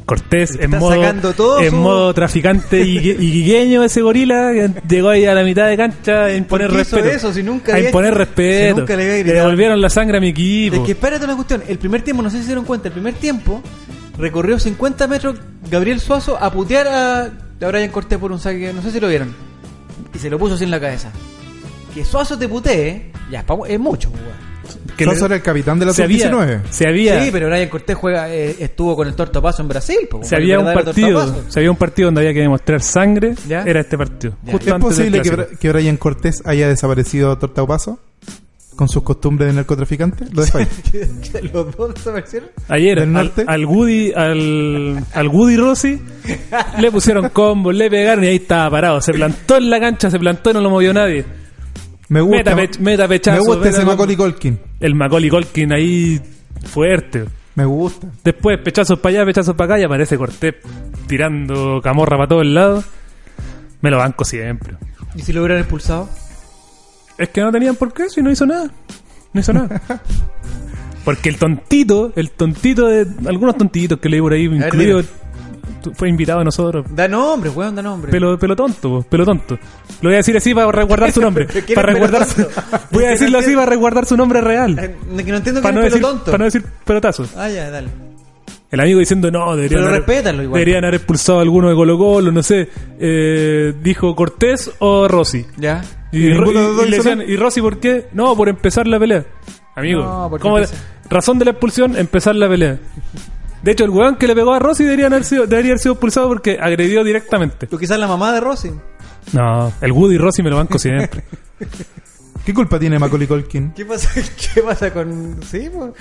[SPEAKER 2] Cortés
[SPEAKER 1] Está
[SPEAKER 2] en modo,
[SPEAKER 1] sacando todo
[SPEAKER 2] en
[SPEAKER 1] su-
[SPEAKER 2] modo traficante y, y guigueño ese gorila que llegó ahí a la mitad de cancha a imponer
[SPEAKER 1] ¿Por qué hizo
[SPEAKER 2] respeto.
[SPEAKER 1] eso si nunca
[SPEAKER 2] a
[SPEAKER 1] había-
[SPEAKER 2] imponer
[SPEAKER 1] si
[SPEAKER 2] respeto.
[SPEAKER 1] nunca le había
[SPEAKER 2] le
[SPEAKER 1] gritado?
[SPEAKER 2] devolvieron la sangre a mi equipo.
[SPEAKER 1] Es que espérate una cuestión. El primer tiempo, no sé si se dieron cuenta, el primer tiempo recorrió 50 metros Gabriel Suazo a putear a, a Brian Cortés por un saque, no sé si lo vieron. Y se lo puso sin la cabeza. Que Suazo te putee, ya es pa- es mucho, weón.
[SPEAKER 2] Que
[SPEAKER 3] Sosa
[SPEAKER 2] le-
[SPEAKER 3] era el capitán de la
[SPEAKER 2] se había,
[SPEAKER 3] sub-19.
[SPEAKER 2] se había,
[SPEAKER 1] Sí, pero Brian Cortés juega, eh, estuvo con el torto paso en Brasil. po,
[SPEAKER 2] se
[SPEAKER 1] el
[SPEAKER 2] había un
[SPEAKER 1] verdadero
[SPEAKER 2] partido,
[SPEAKER 1] tortapaso.
[SPEAKER 2] se había un partido donde había que demostrar sangre.
[SPEAKER 1] ¿Ya?
[SPEAKER 2] Era este partido.
[SPEAKER 1] Ya.
[SPEAKER 2] Justo
[SPEAKER 3] ¿Es
[SPEAKER 2] antes del
[SPEAKER 3] posible que,
[SPEAKER 2] clásico.
[SPEAKER 3] Bra- que Brian Cortés haya desaparecido a Torta o Paso? ¿Con sus costumbres de narcotraficante? Lo dejo ahí.
[SPEAKER 1] Los dos desaparecieron.
[SPEAKER 2] Ayer
[SPEAKER 3] del
[SPEAKER 2] al,
[SPEAKER 3] norte.
[SPEAKER 2] al Woody al, al Woody Rossi le pusieron combo, le pegaron y ahí estaba parado. Se plantó en la cancha, se plantó y no lo movió nadie.
[SPEAKER 3] Me gusta,
[SPEAKER 2] Meta pech- meta pechazo,
[SPEAKER 3] me gusta ese
[SPEAKER 2] meta-
[SPEAKER 3] Macaulay Colkin.
[SPEAKER 2] El Macaulay Colkin ahí fuerte.
[SPEAKER 3] Me gusta.
[SPEAKER 2] Después pechazos para allá, pechazos para acá y aparece Cortés tirando camorra para todos lados. Me lo banco siempre.
[SPEAKER 1] ¿Y si lo hubieran expulsado?
[SPEAKER 2] Es que no tenían por qué, si no hizo nada. No hizo nada. Porque el tontito, el tontito de algunos tontitos que leí por ahí,
[SPEAKER 1] ver,
[SPEAKER 2] incluido
[SPEAKER 1] dime.
[SPEAKER 2] tú- fue invitado a nosotros.
[SPEAKER 1] Da nombre, weón, da nombre.
[SPEAKER 2] Pelo, pelo tonto, po, pelo tonto. Lo voy a decir así para resguardar su nombre.
[SPEAKER 1] ¿Pero quién
[SPEAKER 2] para
[SPEAKER 1] es pelo
[SPEAKER 2] resguardar su-
[SPEAKER 1] tonto?
[SPEAKER 2] voy
[SPEAKER 1] Es
[SPEAKER 2] a
[SPEAKER 1] que
[SPEAKER 2] decirlo
[SPEAKER 1] no
[SPEAKER 2] así
[SPEAKER 1] entiendo.
[SPEAKER 2] para resguardar su nombre real.
[SPEAKER 1] Eh, que no entiendo que
[SPEAKER 2] Para no,
[SPEAKER 1] es
[SPEAKER 2] decir,
[SPEAKER 1] pelo tonto.
[SPEAKER 2] para no decir pelotazo.
[SPEAKER 1] Ah, ya, dale.
[SPEAKER 2] El amigo diciendo, no, deberían,
[SPEAKER 1] Pero
[SPEAKER 2] haber,
[SPEAKER 1] respétalo igual.
[SPEAKER 2] deberían haber expulsado a alguno de Colo Colo, no sé. Eh, dijo Cortés o Rossi.
[SPEAKER 1] Ya.
[SPEAKER 2] Y,
[SPEAKER 3] ¿Y
[SPEAKER 2] Ro-
[SPEAKER 3] ninguno de los
[SPEAKER 2] y-
[SPEAKER 3] dos
[SPEAKER 2] y le
[SPEAKER 3] hizo
[SPEAKER 2] decían, ¿y Rossi por qué? No, por empezar la pelea. Amigo,
[SPEAKER 1] No, porque
[SPEAKER 2] ¿cómo
[SPEAKER 1] empieza-
[SPEAKER 2] la- razón de la expulsión, empezar la pelea. De hecho, el weón que le pegó a Rossi debería haber sido, debería haber sido expulsado porque agredió directamente.
[SPEAKER 1] O quizás la mamá de Rossi.
[SPEAKER 2] No, el Woody y Rossi me lo banco siempre.
[SPEAKER 3] ¿Qué culpa tiene Macaulay Culkin?
[SPEAKER 1] ¿Qué pasa, ¿Qué pasa con.? Sí, pues,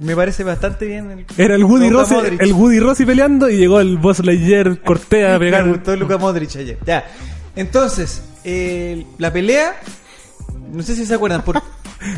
[SPEAKER 1] me parece bastante bien. El...
[SPEAKER 2] Era el Woody,
[SPEAKER 1] Luka
[SPEAKER 2] Rossi,
[SPEAKER 1] Modric.
[SPEAKER 2] el Woody Rossi peleando y llegó el Boss Lightyear Cortés a
[SPEAKER 1] Me
[SPEAKER 2] pegar.
[SPEAKER 1] gustó Luca Modric ayer. Ya. Entonces, eh, la pelea. No sé si se acuerdan. Por...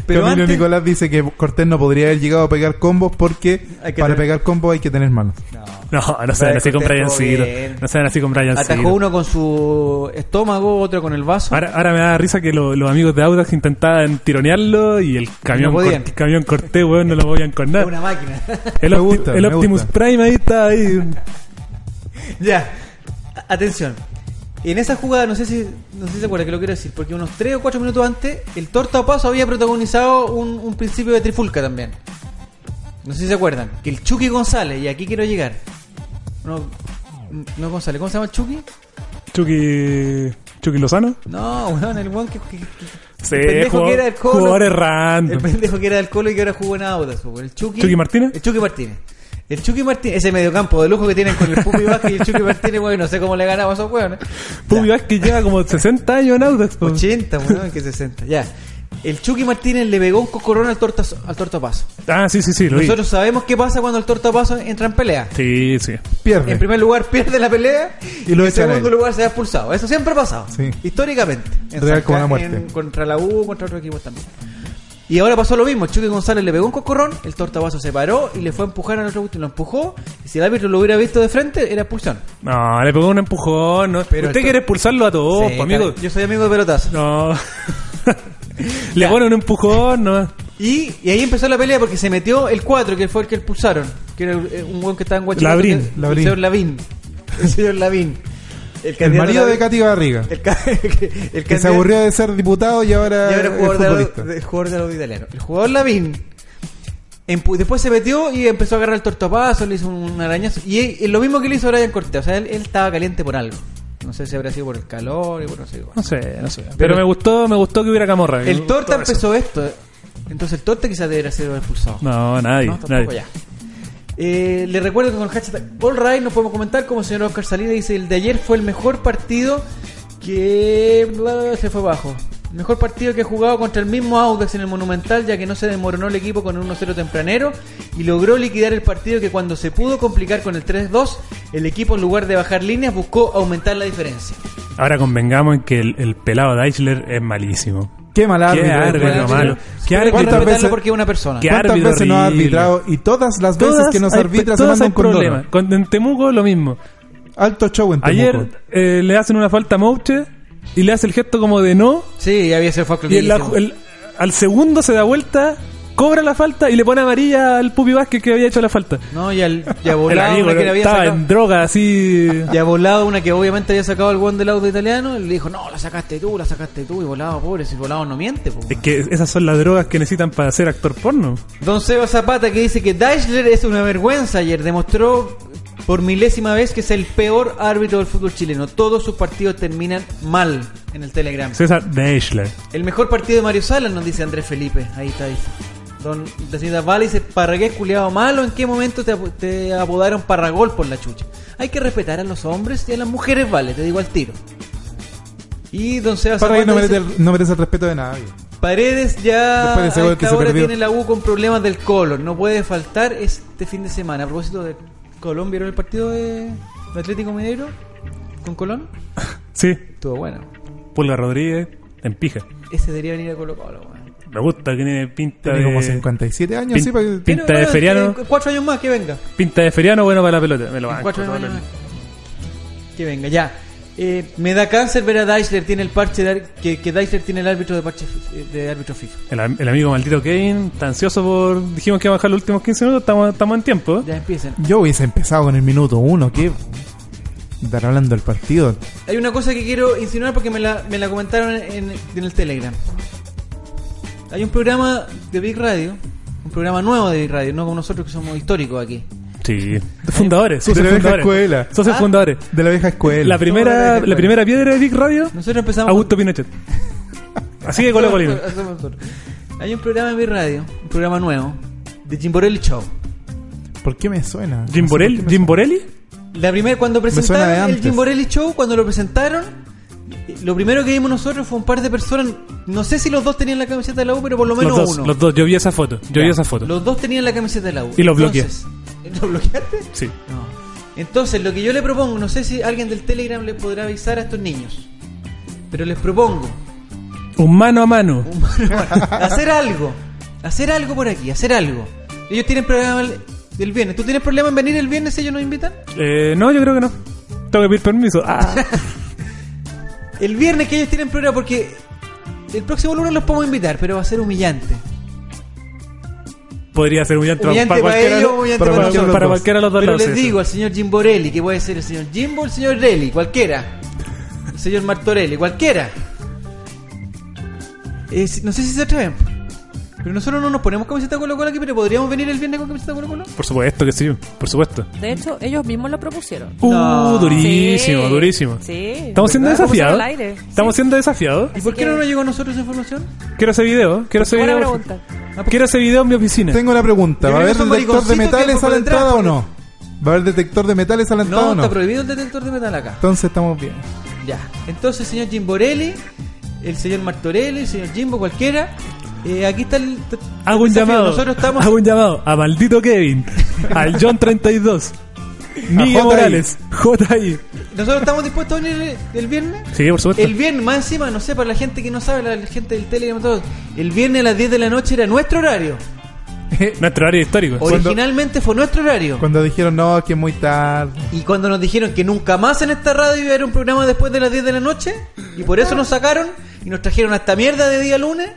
[SPEAKER 1] Pero
[SPEAKER 3] Camilo
[SPEAKER 1] antes.
[SPEAKER 3] Nicolás dice que Cortés no podría haber llegado a pegar combos porque
[SPEAKER 1] Hay que
[SPEAKER 3] para
[SPEAKER 1] tener-
[SPEAKER 3] pegar combos hay que tener manos.
[SPEAKER 1] No.
[SPEAKER 2] No, no sean así con
[SPEAKER 1] Cortés,
[SPEAKER 2] Brian
[SPEAKER 1] todo
[SPEAKER 2] Ciro.
[SPEAKER 1] bien.
[SPEAKER 2] No sean así con Brian
[SPEAKER 1] Atajó
[SPEAKER 2] Ciro.
[SPEAKER 1] uno con su estómago, otro con el vaso.
[SPEAKER 2] Ahora, ahora me da risa que lo- los amigos de Audax intentaban tironearlo y el camión,
[SPEAKER 1] No podían.
[SPEAKER 2] Cort- camión Cortés, weón, no lo podían con
[SPEAKER 1] Es
[SPEAKER 2] nada.
[SPEAKER 1] una máquina.
[SPEAKER 2] El,
[SPEAKER 3] Me
[SPEAKER 2] Opti-
[SPEAKER 3] gusta,
[SPEAKER 2] el
[SPEAKER 3] me
[SPEAKER 2] Optimus
[SPEAKER 3] gusta.
[SPEAKER 2] Prime ahí está ahí.
[SPEAKER 1] ya. A- Atención. En esa jugada, no sé si no sé si se acuerdan que lo quiero decir, porque unos 3 o 4 minutos antes, el Torta Paso había protagonizado un, un principio de trifulca también. No sé si se acuerdan. Que el Chucky González, y aquí quiero llegar. No, no González, ¿cómo se llama el Chucky?
[SPEAKER 2] Chucky. Chucky Lozano.
[SPEAKER 1] No, weón, el weón que, que- que-
[SPEAKER 2] Sí,
[SPEAKER 1] el pendejo
[SPEAKER 2] jugó-
[SPEAKER 1] que era del Colo.
[SPEAKER 2] jugadores
[SPEAKER 1] El
[SPEAKER 2] random.
[SPEAKER 1] pendejo que era del Colo y que ahora jugó en Audas, po, el Chucky.
[SPEAKER 2] ¿Chucky Martínez?
[SPEAKER 1] El Chucky Martínez. El Chucky Martínez, ese mediocampo de lujo que tienen con el Pupi Vázquez y el Chucky Martínez, weón, no sé cómo le ganamos a esos weones.
[SPEAKER 2] Pupi Vázquez lleva como 60 años en Audax. pues. po.
[SPEAKER 1] 80, weón, que 60, ya. El Chucky Martínez le pegó un cocorón al, torta, al tortapaso.
[SPEAKER 2] Ah, sí, sí, sí, lo vi.
[SPEAKER 1] Nosotros sabemos qué pasa cuando el tortapaso entra en pelea.
[SPEAKER 2] Sí, sí.
[SPEAKER 3] Pierde.
[SPEAKER 1] En primer lugar pierde la pelea y,
[SPEAKER 3] Y lo
[SPEAKER 1] en
[SPEAKER 3] echan a
[SPEAKER 1] segundo
[SPEAKER 3] él.
[SPEAKER 1] lugar se ha expulsado. Eso siempre ha pasado,
[SPEAKER 3] Sí.
[SPEAKER 1] históricamente. En
[SPEAKER 3] Real
[SPEAKER 1] San
[SPEAKER 3] como la
[SPEAKER 1] Carlos,
[SPEAKER 3] muerte.
[SPEAKER 1] en- contra la U, contra otros equipos también. Y ahora pasó lo mismo, Chucky González le pegó un cocorrón, el tortabazo se paró y le fue a empujar al otro cuestión, lo empujó, y si el árbitro lo hubiera visto de frente, era expulsión.
[SPEAKER 2] No, le pegó un empujón. no.
[SPEAKER 1] Pero esto-
[SPEAKER 2] Usted quiere expulsarlo a todos,
[SPEAKER 1] Sí,
[SPEAKER 2] po, Oh, amigo.
[SPEAKER 1] Yo soy amigo de pelotazo.
[SPEAKER 2] No. le pone un empujón, no.
[SPEAKER 1] Y, y ahí empezó la pelea porque se metió el 4, que fue el que expulsaron, que era eh, un buen que estaba en Guachipato,
[SPEAKER 2] Labrín,
[SPEAKER 1] que-
[SPEAKER 3] Labrín.
[SPEAKER 1] El señor Lavín. El señor Lavín.
[SPEAKER 3] El
[SPEAKER 1] candidato
[SPEAKER 3] marido de
[SPEAKER 1] Lavín.
[SPEAKER 3] Katy Barriga.
[SPEAKER 1] El, ca- el
[SPEAKER 3] Que se
[SPEAKER 1] candidato-
[SPEAKER 3] aburrió de ser diputado y ahora,
[SPEAKER 1] Y ahora el
[SPEAKER 3] es
[SPEAKER 1] jugador,
[SPEAKER 3] futbolista.
[SPEAKER 1] de, el jugador de los italianos. El jugador Lavín empu- después se metió y empezó a agarrar el tortapazo, le hizo un arañazo. Y es- es lo mismo que le hizo Brian Cortés. O sea, él, él estaba caliente por algo. No sé si habrá sido por el calor y por no sé.
[SPEAKER 2] No sé, no sé. Pero,
[SPEAKER 1] Pero-
[SPEAKER 2] me gustó, me gustó que hubiera camorra. Me
[SPEAKER 1] El
[SPEAKER 2] gustó
[SPEAKER 1] torta
[SPEAKER 2] eso.
[SPEAKER 1] empezó esto. Entonces el torta quizás debería ser expulsado.
[SPEAKER 2] No, nadie,
[SPEAKER 1] No, tampoco
[SPEAKER 2] nadie.
[SPEAKER 1] ya. Eh, le recuerdo que con el hashtag AllRight nos podemos comentar, como el señor Oscar Salinas dice, el de ayer fue el mejor partido que bla, se fue bajo. El Mejor partido que ha jugado contra el mismo Audax en el Monumental, ya que no se desmoronó el equipo con un 1-0 tempranero y logró liquidar el partido que cuando se pudo complicar con el 3-2, el equipo en lugar de bajar líneas buscó aumentar la diferencia.
[SPEAKER 2] Ahora convengamos en que el, el pelado Deichler es malísimo.
[SPEAKER 3] Qué mal árbitro.
[SPEAKER 2] Qué árbitro,
[SPEAKER 3] bueno.
[SPEAKER 2] malo. Qué
[SPEAKER 1] Pero hay que
[SPEAKER 2] árbitro.
[SPEAKER 1] respetarlo
[SPEAKER 3] veces-
[SPEAKER 1] porque es una persona.
[SPEAKER 2] Qué
[SPEAKER 3] ¿Cuántas
[SPEAKER 2] árbitro
[SPEAKER 3] veces nos ha
[SPEAKER 2] horrible.
[SPEAKER 3] arbitrado? Y todas las veces que nos
[SPEAKER 2] hay-
[SPEAKER 3] arbitra se
[SPEAKER 2] todas
[SPEAKER 3] manda
[SPEAKER 2] hay
[SPEAKER 3] un condón.
[SPEAKER 2] problemas. Con- en Temuco lo mismo.
[SPEAKER 3] Alto show en Temuco.
[SPEAKER 2] Ayer eh, le hacen una falta a Mouche y le hace el gesto como de no.
[SPEAKER 1] Sí, había sido
[SPEAKER 2] Y en la- el- al segundo se da vuelta, cobra la falta y le pone amarilla al Pupi Vázquez que había hecho la falta.
[SPEAKER 1] No, ya, ya
[SPEAKER 2] El
[SPEAKER 1] volaba
[SPEAKER 2] amigo
[SPEAKER 1] una que le
[SPEAKER 2] ¿no?
[SPEAKER 1] había
[SPEAKER 2] estaba
[SPEAKER 1] sacado.
[SPEAKER 2] en droga así.
[SPEAKER 1] Ya volado una que obviamente había sacado el guan del auto italiano. Y le dijo, no, la sacaste tú, la sacaste tú. Y volado, pobre, si volado no miente. po.
[SPEAKER 2] Es que esas son las drogas que necesitan para ser actor porno.
[SPEAKER 1] Don Seba Zapata que dice que Deichler es una vergüenza ayer. Demostró por milésima vez que es el peor árbitro del fútbol chileno. Todos sus partidos terminan mal en el Telegram.
[SPEAKER 2] César Deichler.
[SPEAKER 1] El mejor partido de Mario Salas, nos dice Andrés Felipe. Ahí está, dice. Don, la señora Vale dice, Parragués culiado malo, ¿en qué momento te, ap- te apodaron Parragol por la chucha? Hay que respetar a los hombres y a las mujeres, Vale, te digo al tiro. Y don Sebas
[SPEAKER 3] Para que no
[SPEAKER 1] Zapata
[SPEAKER 3] merece,
[SPEAKER 1] dice,
[SPEAKER 3] el, no merece el respeto de nadie.
[SPEAKER 1] Paredes ya
[SPEAKER 3] Después de ese
[SPEAKER 1] a
[SPEAKER 3] gol que
[SPEAKER 1] esta
[SPEAKER 3] se
[SPEAKER 1] hora
[SPEAKER 3] perdió.
[SPEAKER 1] tiene la U con problemas del colon. No puede faltar este fin de semana. A propósito de Colón, ¿vieron el partido de de Atlético Mineiro con Colón?
[SPEAKER 2] Sí,
[SPEAKER 1] Estuvo bueno.
[SPEAKER 2] Pulga Rodríguez en pija.
[SPEAKER 1] Ese debería venir a Colo Colo, weón.
[SPEAKER 2] Me gusta que tiene pinta
[SPEAKER 3] Tiene
[SPEAKER 2] de
[SPEAKER 3] como 57 años,
[SPEAKER 2] Pin-
[SPEAKER 3] sí, pues, para que-
[SPEAKER 2] pin- Pinta de
[SPEAKER 1] bueno,
[SPEAKER 2] feriano.
[SPEAKER 1] tiene Cuatro años más que venga.
[SPEAKER 2] pinta de feriano bueno para la pelota. Me lo banco,
[SPEAKER 1] Cuatro
[SPEAKER 2] todo
[SPEAKER 1] años más.
[SPEAKER 2] el-
[SPEAKER 1] Que venga, ya. Eh, me da cáncer ver a Deichler tiene el parche de ar- que, que Deichler tiene el árbitro de parche fi- de árbitro FIFA.
[SPEAKER 2] el, am- el amigo maldito Kevin está ansioso por dijimos que iba a bajar los últimos 15 minutos, estamos, estamos en tiempo.
[SPEAKER 1] Ya empiecen.
[SPEAKER 3] Yo hubiese empezado con el minuto uno, qué Estar hablando del partido.
[SPEAKER 1] Hay una cosa que quiero insinuar porque me la, me la comentaron en, en el Telegram. Hay un programa de Big Radio, un programa nuevo de Big Radio, no como nosotros que somos históricos aquí.
[SPEAKER 2] Sí. Fundadores,
[SPEAKER 3] De
[SPEAKER 2] socios
[SPEAKER 3] la vieja
[SPEAKER 2] fundadores.
[SPEAKER 3] escuela.
[SPEAKER 2] Socios
[SPEAKER 1] Ah.
[SPEAKER 2] fundadores.
[SPEAKER 3] De la vieja escuela.
[SPEAKER 2] La
[SPEAKER 1] Somos de la vieja
[SPEAKER 2] primera,
[SPEAKER 1] escuela.
[SPEAKER 2] la primera piedra de Big Radio,
[SPEAKER 1] Nosotros empezamos.
[SPEAKER 2] Augusto Pinochet. Así que Colo Colino.
[SPEAKER 1] Hacemos nosotros. Hay un programa en Big Radio, un programa nuevo, de Jimborelli Show.
[SPEAKER 3] ¿Por qué me suena?
[SPEAKER 2] Jim
[SPEAKER 3] No sé
[SPEAKER 2] Borelli,
[SPEAKER 3] por qué me
[SPEAKER 2] Jim Borelli,
[SPEAKER 1] La primera, cuando
[SPEAKER 3] suena de
[SPEAKER 1] presentaron el
[SPEAKER 3] antes.
[SPEAKER 1] Jim Borelli Show, cuando lo presentaron, lo primero que vimos nosotros fue un par de personas. No sé si los dos tenían la camiseta de la U, pero por lo menos
[SPEAKER 2] los dos,
[SPEAKER 1] uno.
[SPEAKER 2] los dos, yo vi esa foto, yo vi esa foto.
[SPEAKER 1] Los dos tenían la camiseta de la U.
[SPEAKER 2] Y los bloqueé.
[SPEAKER 1] Entonces- ¿eh, ¿Los bloqueaste?
[SPEAKER 2] Sí.
[SPEAKER 1] No. Entonces, lo que yo le propongo, no sé si alguien del Telegram le podrá avisar a estos niños, pero les propongo
[SPEAKER 2] Un mano a mano.
[SPEAKER 1] hacer algo, hacer algo por aquí, hacer algo. Ellos tienen programa el, del viernes. ¿Tú tienes problema en venir el viernes si ellos nos invitan?
[SPEAKER 2] Eh, no, yo creo que no. Tengo que pedir permiso. Ah.
[SPEAKER 1] El viernes que ellos tienen programa porque el próximo lunes los podemos invitar, pero va a ser humillante.
[SPEAKER 2] Podría ser humillante,
[SPEAKER 1] Humillante
[SPEAKER 2] para,
[SPEAKER 1] para
[SPEAKER 2] cualquiera,
[SPEAKER 1] ellos, humillante
[SPEAKER 2] para,
[SPEAKER 1] para
[SPEAKER 2] cualquiera-
[SPEAKER 1] nosotros.
[SPEAKER 2] para cualquiera de los dos
[SPEAKER 1] Pero
[SPEAKER 2] lados,
[SPEAKER 1] les
[SPEAKER 2] sí, sí.
[SPEAKER 1] digo al señor Jim Borelli, que puede ser el señor Jimbo, el señor Relli, cualquiera. El señor Martorelli, cualquiera. Eh, si- no sé si se atreven. Pero nosotros no nos ponemos camiseta Colo Colo aquí, pero podríamos venir el viernes con camiseta Colo Colo.
[SPEAKER 2] Por supuesto que sí, por supuesto.
[SPEAKER 4] De hecho, ellos mismos lo propusieron.
[SPEAKER 2] Uh,
[SPEAKER 1] No.
[SPEAKER 2] durísimo,
[SPEAKER 4] Sí.
[SPEAKER 2] durísimo.
[SPEAKER 4] Sí.
[SPEAKER 2] Estamos siendo
[SPEAKER 4] ¿Verdad?
[SPEAKER 2] desafiados.
[SPEAKER 4] Lo pusieron al aire.
[SPEAKER 2] Estamos siendo desafiados.
[SPEAKER 1] ¿Y por qué
[SPEAKER 4] que-
[SPEAKER 1] no nos llegó a nosotros esa información?
[SPEAKER 2] Quiero ese video, quiero ese
[SPEAKER 4] Buena
[SPEAKER 2] video. por
[SPEAKER 4] pregunta.
[SPEAKER 2] favor. Quiero ese video en mi oficina.
[SPEAKER 3] Tengo la pregunta.
[SPEAKER 1] Yo
[SPEAKER 3] ¿Va
[SPEAKER 1] creo
[SPEAKER 3] a haber
[SPEAKER 1] que son
[SPEAKER 3] detector
[SPEAKER 1] mariconcitos
[SPEAKER 3] de
[SPEAKER 1] que
[SPEAKER 3] metales a la
[SPEAKER 1] pueden entrar,
[SPEAKER 3] entrada o
[SPEAKER 1] porque-
[SPEAKER 3] no? ¿Va a haber detector de metales a la entrada
[SPEAKER 1] No,
[SPEAKER 3] o no?
[SPEAKER 1] está prohibido el detector de metal acá.
[SPEAKER 3] Entonces estamos bien.
[SPEAKER 1] Ya. Entonces, señor Jim Borelli, el señor Martorelli, el señor Jimbo, cualquiera. eh, aquí está el.
[SPEAKER 2] Hago un
[SPEAKER 1] desafío.
[SPEAKER 2] llamado.
[SPEAKER 1] Nosotros estamos.
[SPEAKER 2] Hago un llamado a maldito Kevin, al John 32, Miguel
[SPEAKER 3] J.I..
[SPEAKER 2] Morales, J.I.
[SPEAKER 1] Nosotros estamos dispuestos a venir el- el viernes.
[SPEAKER 2] Sí, por supuesto.
[SPEAKER 1] El viernes, más encima, no sé, para la gente que no sabe, la la gente del Telegram, todo, el viernes a las 10 de la noche era nuestro horario.
[SPEAKER 2] Nuestro área histórico.
[SPEAKER 1] Originalmente fue nuestro horario.
[SPEAKER 3] Cuando dijeron, no, es que es muy tarde.
[SPEAKER 1] Y cuando nos dijeron que nunca más en esta radio iba a haber un programa después de las 10 de la noche, y por eso nos sacaron y nos trajeron a esta mierda de día lunes.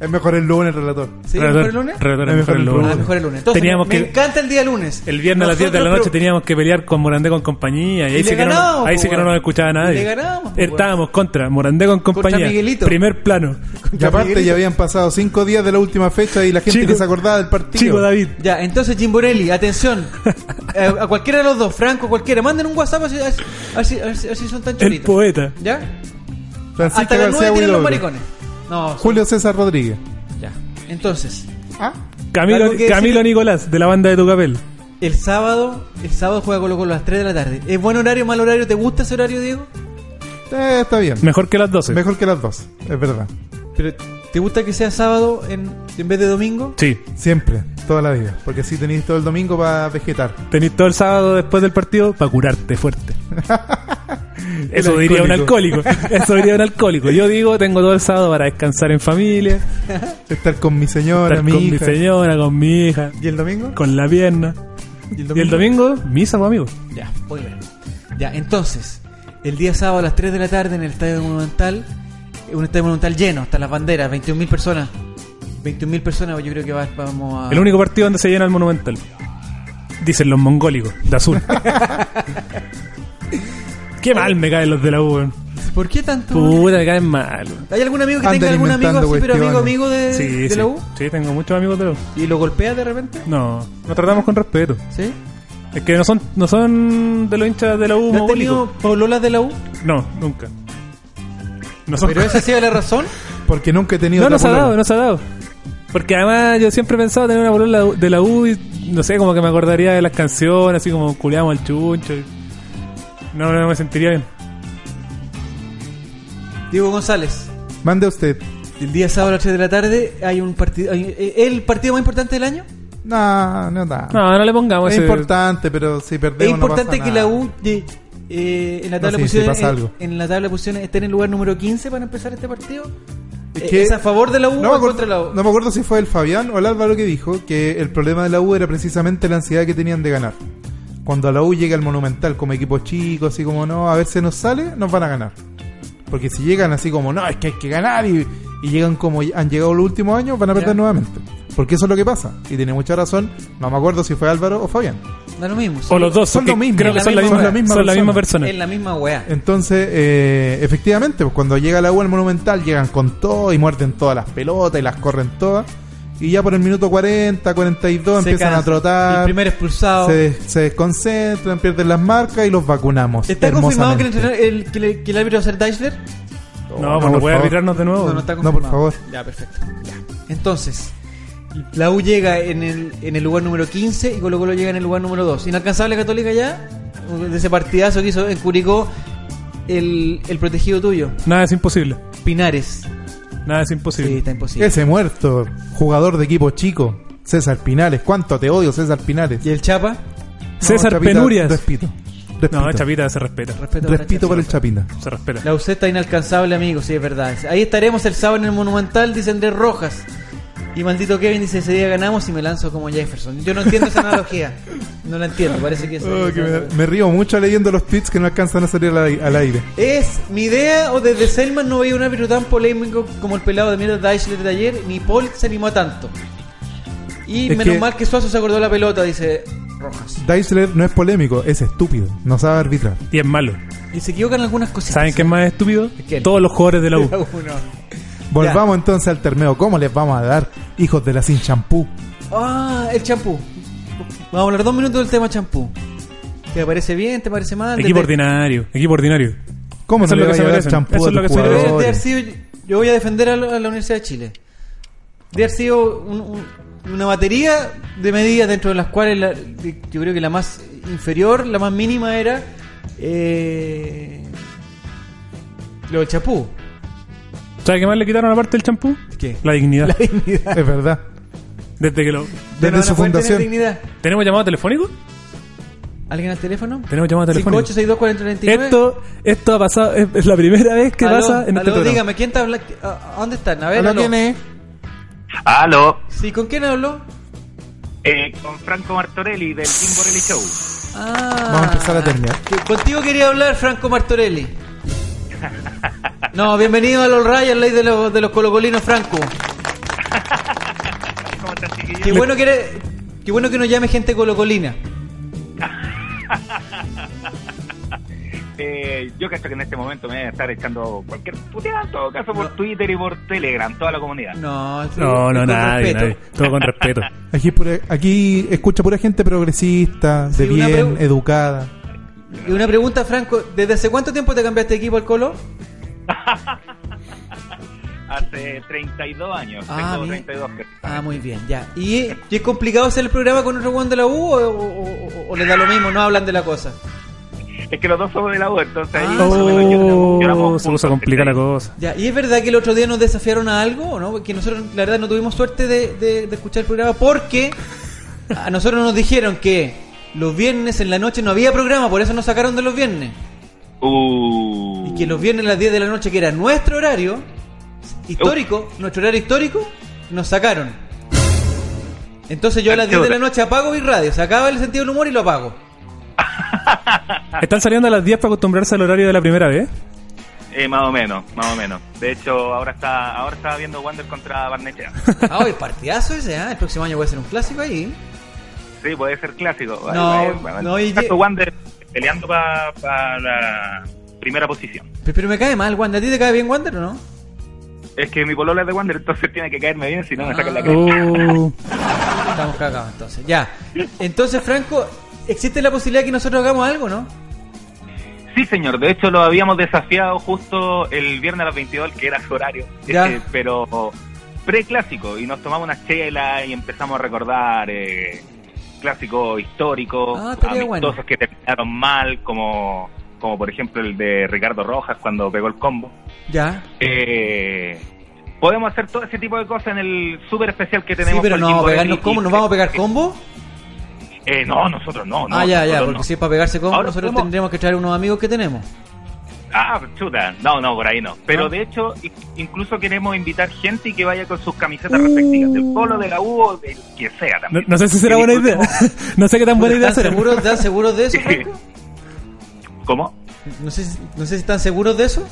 [SPEAKER 3] Es mejor el lunes, relator.
[SPEAKER 1] ¿Sí?
[SPEAKER 2] Relator-
[SPEAKER 1] ¿Mejor el lunes?
[SPEAKER 2] relator,
[SPEAKER 3] Es mejor el
[SPEAKER 1] Ah,
[SPEAKER 2] lunes.
[SPEAKER 1] mejor el lunes. Entonces,
[SPEAKER 2] Teníamos
[SPEAKER 1] me
[SPEAKER 2] que-
[SPEAKER 1] encanta el día lunes.
[SPEAKER 2] El viernes a las 10 de la noche teníamos que pelear con Morandé con compañía y
[SPEAKER 1] Y
[SPEAKER 2] ahí
[SPEAKER 1] le
[SPEAKER 2] sí que, no,
[SPEAKER 1] ganábamos,
[SPEAKER 2] ahí
[SPEAKER 1] po,
[SPEAKER 2] sí que no
[SPEAKER 1] weón.
[SPEAKER 2] nos escuchaba nadie.
[SPEAKER 1] Y le ganábamos, po,
[SPEAKER 2] Estábamos contra Morandé con compañía.
[SPEAKER 1] Miguelito.
[SPEAKER 2] Primer plano.
[SPEAKER 3] Y aparte ya habían pasado cinco días de la última fecha y la gente
[SPEAKER 2] Chico-
[SPEAKER 3] que se acordaba del partido.
[SPEAKER 2] Chico David.
[SPEAKER 1] Ya, entonces Jimborelli, atención. Eh, a cualquiera de los dos, Franco, cualquiera, manden un WhatsApp a ver si- a ver si- a ver si- a ver si son tan
[SPEAKER 2] El
[SPEAKER 1] choritos.
[SPEAKER 2] poeta.
[SPEAKER 1] ¿Ya?
[SPEAKER 3] Francisca
[SPEAKER 1] Hasta las
[SPEAKER 3] García
[SPEAKER 1] 9 tienen los
[SPEAKER 3] Huidobro.
[SPEAKER 1] maricones. No,
[SPEAKER 3] Julio César Rodríguez.
[SPEAKER 1] Ya. Entonces,
[SPEAKER 3] Ah,
[SPEAKER 2] Camilo,
[SPEAKER 1] Algo que
[SPEAKER 2] Camilo
[SPEAKER 1] decir-
[SPEAKER 2] Nicolás, de la banda de tu papel.
[SPEAKER 1] el sábado, el sábado juega Colo Colo a las 3 de la tarde. ¿Es buen horario, mal horario? ¿Te gusta ese horario, Diego?
[SPEAKER 3] eh, está bien.
[SPEAKER 2] Mejor que las 12.
[SPEAKER 3] Mejor que las dos, es verdad.
[SPEAKER 1] Pero ¿te gusta que sea sábado en, en vez de domingo?
[SPEAKER 2] Sí.
[SPEAKER 3] Siempre, toda la vida. Porque así tenéis todo el domingo para vegetar.
[SPEAKER 2] Tenís todo el sábado después del partido para curarte fuerte. Eso diría un alcohólico. Eso diría un alcohólico. Yo digo, tengo todo el sábado para descansar en familia,
[SPEAKER 3] Estar con mi señora,
[SPEAKER 2] estar
[SPEAKER 3] mi
[SPEAKER 2] con mi
[SPEAKER 3] hija.
[SPEAKER 2] señora, con mi hija,
[SPEAKER 3] ¿Y el domingo?
[SPEAKER 2] con la pierna. Y el domingo, misa con amigos.
[SPEAKER 1] Ya, muy bien. Ya, entonces, el día sábado a las 3 de la tarde en el Estadio Monumental, eh, un Estadio Monumental lleno, hasta las banderas, 21.000 personas. 21.000 personas, yo creo que va- vamos a...
[SPEAKER 2] El único partido donde se llena el monumental. Dicen los mongólicos, de azul. Qué mal me caen los de la U, weón.
[SPEAKER 1] ¿Por qué tanto?
[SPEAKER 2] Puta, me caen mal. weón.
[SPEAKER 1] ¿Hay algún amigo que
[SPEAKER 3] Andan
[SPEAKER 1] tenga algún amigo así,
[SPEAKER 3] inventando
[SPEAKER 1] pero amigo,
[SPEAKER 3] cuestiones.
[SPEAKER 1] amigo de,
[SPEAKER 2] Sí,
[SPEAKER 1] de
[SPEAKER 2] sí.
[SPEAKER 1] la U?
[SPEAKER 2] Sí, tengo muchos amigos de la U.
[SPEAKER 1] ¿Y lo golpea de repente?
[SPEAKER 2] No, nos tratamos con respeto.
[SPEAKER 1] ¿Sí?
[SPEAKER 2] Es que no son, no son de los hinchas de la U
[SPEAKER 1] ¿No has
[SPEAKER 2] mongólicos.
[SPEAKER 1] tenido pololas de la U?
[SPEAKER 2] No, nunca. No son-
[SPEAKER 1] ¿Pero esa ha sido la razón?
[SPEAKER 3] Porque nunca he tenido
[SPEAKER 2] No,
[SPEAKER 3] otra
[SPEAKER 2] no se ha
[SPEAKER 3] polola.
[SPEAKER 2] dado, no se ha dado. Porque además yo siempre he pensado tener una bolola de la U y no sé, como que me acordaría de las canciones, así como culeamos al chuncho. y- No, no me sentiría bien.
[SPEAKER 1] Diego González.
[SPEAKER 3] Mande usted.
[SPEAKER 1] El día sábado a las 3 de la tarde hay un partido... hay- eh, ¿El partido más importante del año?
[SPEAKER 3] No, no, no.
[SPEAKER 2] No, no le pongamos
[SPEAKER 3] es
[SPEAKER 2] ese-
[SPEAKER 3] importante, pero si perdemos
[SPEAKER 1] Es
[SPEAKER 3] no
[SPEAKER 1] importante
[SPEAKER 3] pasa
[SPEAKER 1] que
[SPEAKER 3] nada.
[SPEAKER 1] la U de- eh, en la
[SPEAKER 3] No,
[SPEAKER 1] tabla de
[SPEAKER 3] sí, sí,
[SPEAKER 1] posiciones
[SPEAKER 3] pasa
[SPEAKER 1] en-
[SPEAKER 3] algo.
[SPEAKER 1] en la tabla de posiciones esté en el lugar número 15 para empezar este partido.
[SPEAKER 3] Es
[SPEAKER 2] e-
[SPEAKER 1] Eh,
[SPEAKER 3] que-
[SPEAKER 1] ¿Es a favor de la U
[SPEAKER 3] No
[SPEAKER 1] o
[SPEAKER 3] me, acuerdo,
[SPEAKER 1] contra la U?
[SPEAKER 3] no me acuerdo si fue el Fabián o el Álvaro que dijo que el problema de la U era precisamente la ansiedad que tenían de ganar. Cuando la U llega al Monumental como equipo chico, así como no, a ver si nos sale, nos van a ganar. Porque si llegan así como no, es que hay que ganar y, y llegan como han llegado los últimos años, van a perder
[SPEAKER 1] Ya.
[SPEAKER 3] nuevamente. Porque eso es lo que pasa. Y tiene mucha razón, no me acuerdo si fue Álvaro o Fabián.
[SPEAKER 1] Da lo mismo.
[SPEAKER 2] O los dos,
[SPEAKER 3] Son
[SPEAKER 2] que
[SPEAKER 3] lo mismo.
[SPEAKER 2] creo que
[SPEAKER 1] Es
[SPEAKER 2] son la misma, son la misma persona.
[SPEAKER 1] Es la misma weá.
[SPEAKER 3] Entonces, eh, efectivamente, pues cuando llega la U al Monumental, llegan con todo y muerden todas las pelotas y las corren todas. Y ya por el minuto 40, 42
[SPEAKER 1] Se
[SPEAKER 3] empiezan a
[SPEAKER 1] cansa. El
[SPEAKER 3] trotar,
[SPEAKER 1] primer expulsado.
[SPEAKER 3] se, des- se desconcentran, pierden las marcas y los vacunamos.
[SPEAKER 1] ¿Está confirmado que el,
[SPEAKER 3] hermosamente.
[SPEAKER 1] entrenador- el- que, le- que el árbitro va a ser Deichler?
[SPEAKER 2] No,
[SPEAKER 3] por
[SPEAKER 2] bueno, puede
[SPEAKER 3] favor.
[SPEAKER 2] arbitrarnos de nuevo.
[SPEAKER 1] No, no está
[SPEAKER 3] No,
[SPEAKER 1] confirmado.
[SPEAKER 3] por favor.
[SPEAKER 1] Ya, perfecto. Ya. Entonces, la U llega en el, en el lugar número 15 y Colo Colo llega en el lugar número 2. Inalcanzable Católica ya, de ese partidazo que hizo en Curicó el, el protegido tuyo,
[SPEAKER 2] Nada es imposible.
[SPEAKER 1] Pinares.
[SPEAKER 2] Nada es
[SPEAKER 1] Sí,
[SPEAKER 2] imposible.
[SPEAKER 1] está imposible.
[SPEAKER 3] Ese muerto, jugador de equipo chico, César Pinales. ¿Cuánto te odio, César Pinales?
[SPEAKER 1] Y el Chapa,
[SPEAKER 2] César
[SPEAKER 3] Chapita,
[SPEAKER 2] Penurias.
[SPEAKER 3] Respito. Respito,
[SPEAKER 2] No, Chapita se respeta.
[SPEAKER 1] respeto para
[SPEAKER 3] Respito por el Chapita.
[SPEAKER 2] Se respeta.
[SPEAKER 1] La UC está inalcanzable, amigos, sí, es verdad. Ahí estaremos el sábado en el Monumental, dice Andrés Rojas. Y maldito Kevin dice, ese día ganamos y me lanzo como Jefferson. Yo no entiendo esa analogía. No la entiendo, parece que es...
[SPEAKER 3] Oh, que me, me río mucho leyendo los tweets que no alcanzan a salir al, ai- al aire.
[SPEAKER 1] ¿Es mi idea o desde Selman no veía un árbitro tan polémico como el pelado de mierda de Eichler de ayer? Ni Paul se animó a tanto. Y
[SPEAKER 3] Es
[SPEAKER 1] menos
[SPEAKER 3] que-
[SPEAKER 1] mal que Suazo se acordó la pelota, dice Rojas.
[SPEAKER 3] Deisler no es polémico, es estúpido. No sabe arbitrar.
[SPEAKER 2] Y es malo.
[SPEAKER 1] Y se equivocan algunas cositas.
[SPEAKER 2] ¿Saben qué es más estúpido?
[SPEAKER 1] ¿Quién?
[SPEAKER 2] Todos los jugadores de la U.
[SPEAKER 1] Uno.
[SPEAKER 3] Volvamos entonces al termeo. ¿Cómo les vamos a dar, hijos de la sin champú?
[SPEAKER 1] Ah, el champú. Vamos a hablar dos minutos del tema champú. ¿Te parece bien? ¿Te parece mal?
[SPEAKER 2] Equipo
[SPEAKER 1] Desde-
[SPEAKER 2] ordinario. Equipo ordinario.
[SPEAKER 3] ¿Cómo
[SPEAKER 2] Eso
[SPEAKER 3] no
[SPEAKER 2] es lo
[SPEAKER 3] le
[SPEAKER 2] que
[SPEAKER 3] vas
[SPEAKER 2] se
[SPEAKER 3] a dar
[SPEAKER 2] merecen.
[SPEAKER 3] champú
[SPEAKER 2] Eso
[SPEAKER 3] a
[SPEAKER 2] es lo
[SPEAKER 3] tus
[SPEAKER 2] que se
[SPEAKER 1] Pero
[SPEAKER 2] merecen.
[SPEAKER 1] debe de haber
[SPEAKER 3] jugadores?
[SPEAKER 1] sido- yo voy a defender a la, a la Universidad de Chile. De haber sido un- un- una batería de medidas dentro de las cuales la- de- yo creo que la más inferior, la más mínima era eh, lo del chapú.
[SPEAKER 2] ¿Sabes qué más le quitaron aparte del champú?
[SPEAKER 1] ¿Qué?
[SPEAKER 2] La dignidad.
[SPEAKER 1] La dignidad.
[SPEAKER 3] Es verdad.
[SPEAKER 2] Desde que lo.
[SPEAKER 1] Ya no
[SPEAKER 3] Desde
[SPEAKER 1] van
[SPEAKER 3] su
[SPEAKER 1] a poder tener
[SPEAKER 3] fundación.
[SPEAKER 1] dignidad.
[SPEAKER 2] ¿Tenemos llamado telefónico?
[SPEAKER 1] ¿Alguien al teléfono?
[SPEAKER 2] Tenemos llamado telefónico.
[SPEAKER 1] 586249.
[SPEAKER 2] Esto, esto ha pasado. Es, es la primera vez que
[SPEAKER 1] Aló,
[SPEAKER 2] pasa en este
[SPEAKER 1] aló,
[SPEAKER 2] programa.
[SPEAKER 1] dígame, ¿quién está hablando? ¿A a dónde están? A ver,
[SPEAKER 3] Hola,
[SPEAKER 1] aló.
[SPEAKER 3] ¿quién es?
[SPEAKER 5] Aló,
[SPEAKER 1] Sí, ¿con quién habló?
[SPEAKER 5] eh, con Franco Martorelli del Tim Borelli Show.
[SPEAKER 1] Ah.
[SPEAKER 3] Vamos a empezar a terminar.
[SPEAKER 1] Que- Contigo quería hablar Franco Martorelli. No, bienvenido a los Rayas, ley de los, de los colocolinos, Franco.
[SPEAKER 5] ¿Cómo estás, chiquillos?
[SPEAKER 1] Qué bueno que eres- qué bueno que nos llame gente colocolina.
[SPEAKER 5] Eh, yo creo que en este momento me deben estar echando cualquier puteada, en todo caso, por Twitter y por Telegram, toda la comunidad.
[SPEAKER 1] No,
[SPEAKER 2] No, no,
[SPEAKER 1] con
[SPEAKER 2] nadie,
[SPEAKER 1] respeto.
[SPEAKER 2] nadie. Todo con respeto.
[SPEAKER 3] Aquí, pura- aquí escucha pura gente progresista, de
[SPEAKER 1] Sí, una
[SPEAKER 3] bien,
[SPEAKER 1] pregu-
[SPEAKER 3] educada.
[SPEAKER 1] Y una pregunta, Franco, ¿desde hace cuánto tiempo te cambiaste de equipo al Colo?
[SPEAKER 5] Hace 32 años, tengo
[SPEAKER 1] bien.
[SPEAKER 5] 32. que-
[SPEAKER 1] Ah, muy bien, ya. ¿Y, y es complicado hacer el programa con otro Juan de la U o, o- o- o les da lo mismo? No hablan de la cosa.
[SPEAKER 5] Es que los dos somos de la U, entonces
[SPEAKER 1] Ah.
[SPEAKER 5] ahí más o menos yo- yo la pongo
[SPEAKER 2] Oh, se puso
[SPEAKER 5] juntos,
[SPEAKER 2] complica la
[SPEAKER 5] ¿cachai?
[SPEAKER 2] cosa.
[SPEAKER 1] Ya, ¿y es verdad que el otro día nos desafiaron a algo o no? Porque nosotros, la verdad, no tuvimos suerte de, de- de escuchar el programa porque a nosotros nos dijeron que los viernes en la noche no había programa, por eso nos sacaron de los viernes.
[SPEAKER 5] Uh.
[SPEAKER 1] Y que los viernes a las 10 de la noche, que era nuestro horario histórico, nuestro horario histórico, nos sacaron. Entonces yo a las 10 de la noche apago mi radio, se acaba el sentido del humor y lo apago.
[SPEAKER 2] Están saliendo a las 10 para acostumbrarse al horario de la primera vez.
[SPEAKER 5] Eh, más o menos, más o menos. De hecho, ahora está ahora estaba viendo Wander contra Barnechea.
[SPEAKER 1] Ah, hoy partidazo ese, ¿ah? El próximo año voy a hacer un clásico ahí.
[SPEAKER 5] Sí, puede ser clásico. Vale,
[SPEAKER 1] No,
[SPEAKER 5] vale, vale.
[SPEAKER 1] no, y-
[SPEAKER 5] Tanto Wander peleando para la primera posición.
[SPEAKER 1] Pero, pero me cae mal, Wander. ¿A ti te cae bien Wander o no?
[SPEAKER 5] Es que mi polola es de Wander, entonces tiene que caerme bien, si no me
[SPEAKER 1] Ah.
[SPEAKER 5] sacan la
[SPEAKER 1] Uh.
[SPEAKER 5] cresta.
[SPEAKER 2] Oh,
[SPEAKER 1] Estamos cagados entonces, ya. Entonces, Franco, ¿existe la posibilidad que nosotros hagamos algo, no?
[SPEAKER 5] Sí, señor, de hecho lo habíamos desafiado justo el viernes a las 22, que era su horario.
[SPEAKER 1] Ya.
[SPEAKER 5] Este, pero preclásico, y nos tomamos una chela y empezamos a recordar eh, clásicos históricos,
[SPEAKER 1] Ah, estaría
[SPEAKER 5] amistosos
[SPEAKER 1] bueno.
[SPEAKER 5] que terminaron mal, como, como por ejemplo el de Ricardo Rojas cuando pegó el combo.
[SPEAKER 1] Ya.
[SPEAKER 5] Eh, podemos hacer todo ese tipo de cosas en el súper especial que
[SPEAKER 1] Sí,
[SPEAKER 5] tenemos.
[SPEAKER 1] pero
[SPEAKER 5] con
[SPEAKER 1] no
[SPEAKER 5] el
[SPEAKER 1] vamos a
[SPEAKER 5] Jimbo
[SPEAKER 1] pegarnos
[SPEAKER 5] Belli.
[SPEAKER 1] combo, ¿nos vamos a pegar combo?
[SPEAKER 5] Eh, no, nosotros no. no,
[SPEAKER 1] ah, ya, ya,
[SPEAKER 5] nosotros
[SPEAKER 1] porque
[SPEAKER 5] no.
[SPEAKER 1] si es para pegarse combo,
[SPEAKER 5] Ahora
[SPEAKER 1] nosotros
[SPEAKER 5] podemos-
[SPEAKER 1] tendremos que traer unos amigos que tenemos.
[SPEAKER 5] Ah, chuta. No, no, por ahí no. Pero
[SPEAKER 1] ¿No?
[SPEAKER 5] de hecho, i- incluso queremos invitar gente y que vaya con sus camisetas
[SPEAKER 1] Uh.
[SPEAKER 5] respectivas, del polo, de la U o del que sea
[SPEAKER 2] no,
[SPEAKER 5] también.
[SPEAKER 2] no sé si será
[SPEAKER 5] Que
[SPEAKER 2] buena idea.
[SPEAKER 5] disfrutemos-
[SPEAKER 2] No sé qué tan buena idea
[SPEAKER 1] ¿Están
[SPEAKER 2] será.
[SPEAKER 1] seguros, ¿Están seguros de eso, Franco?
[SPEAKER 5] ¿Cómo?
[SPEAKER 1] No sé, si- no sé si están seguros de eso.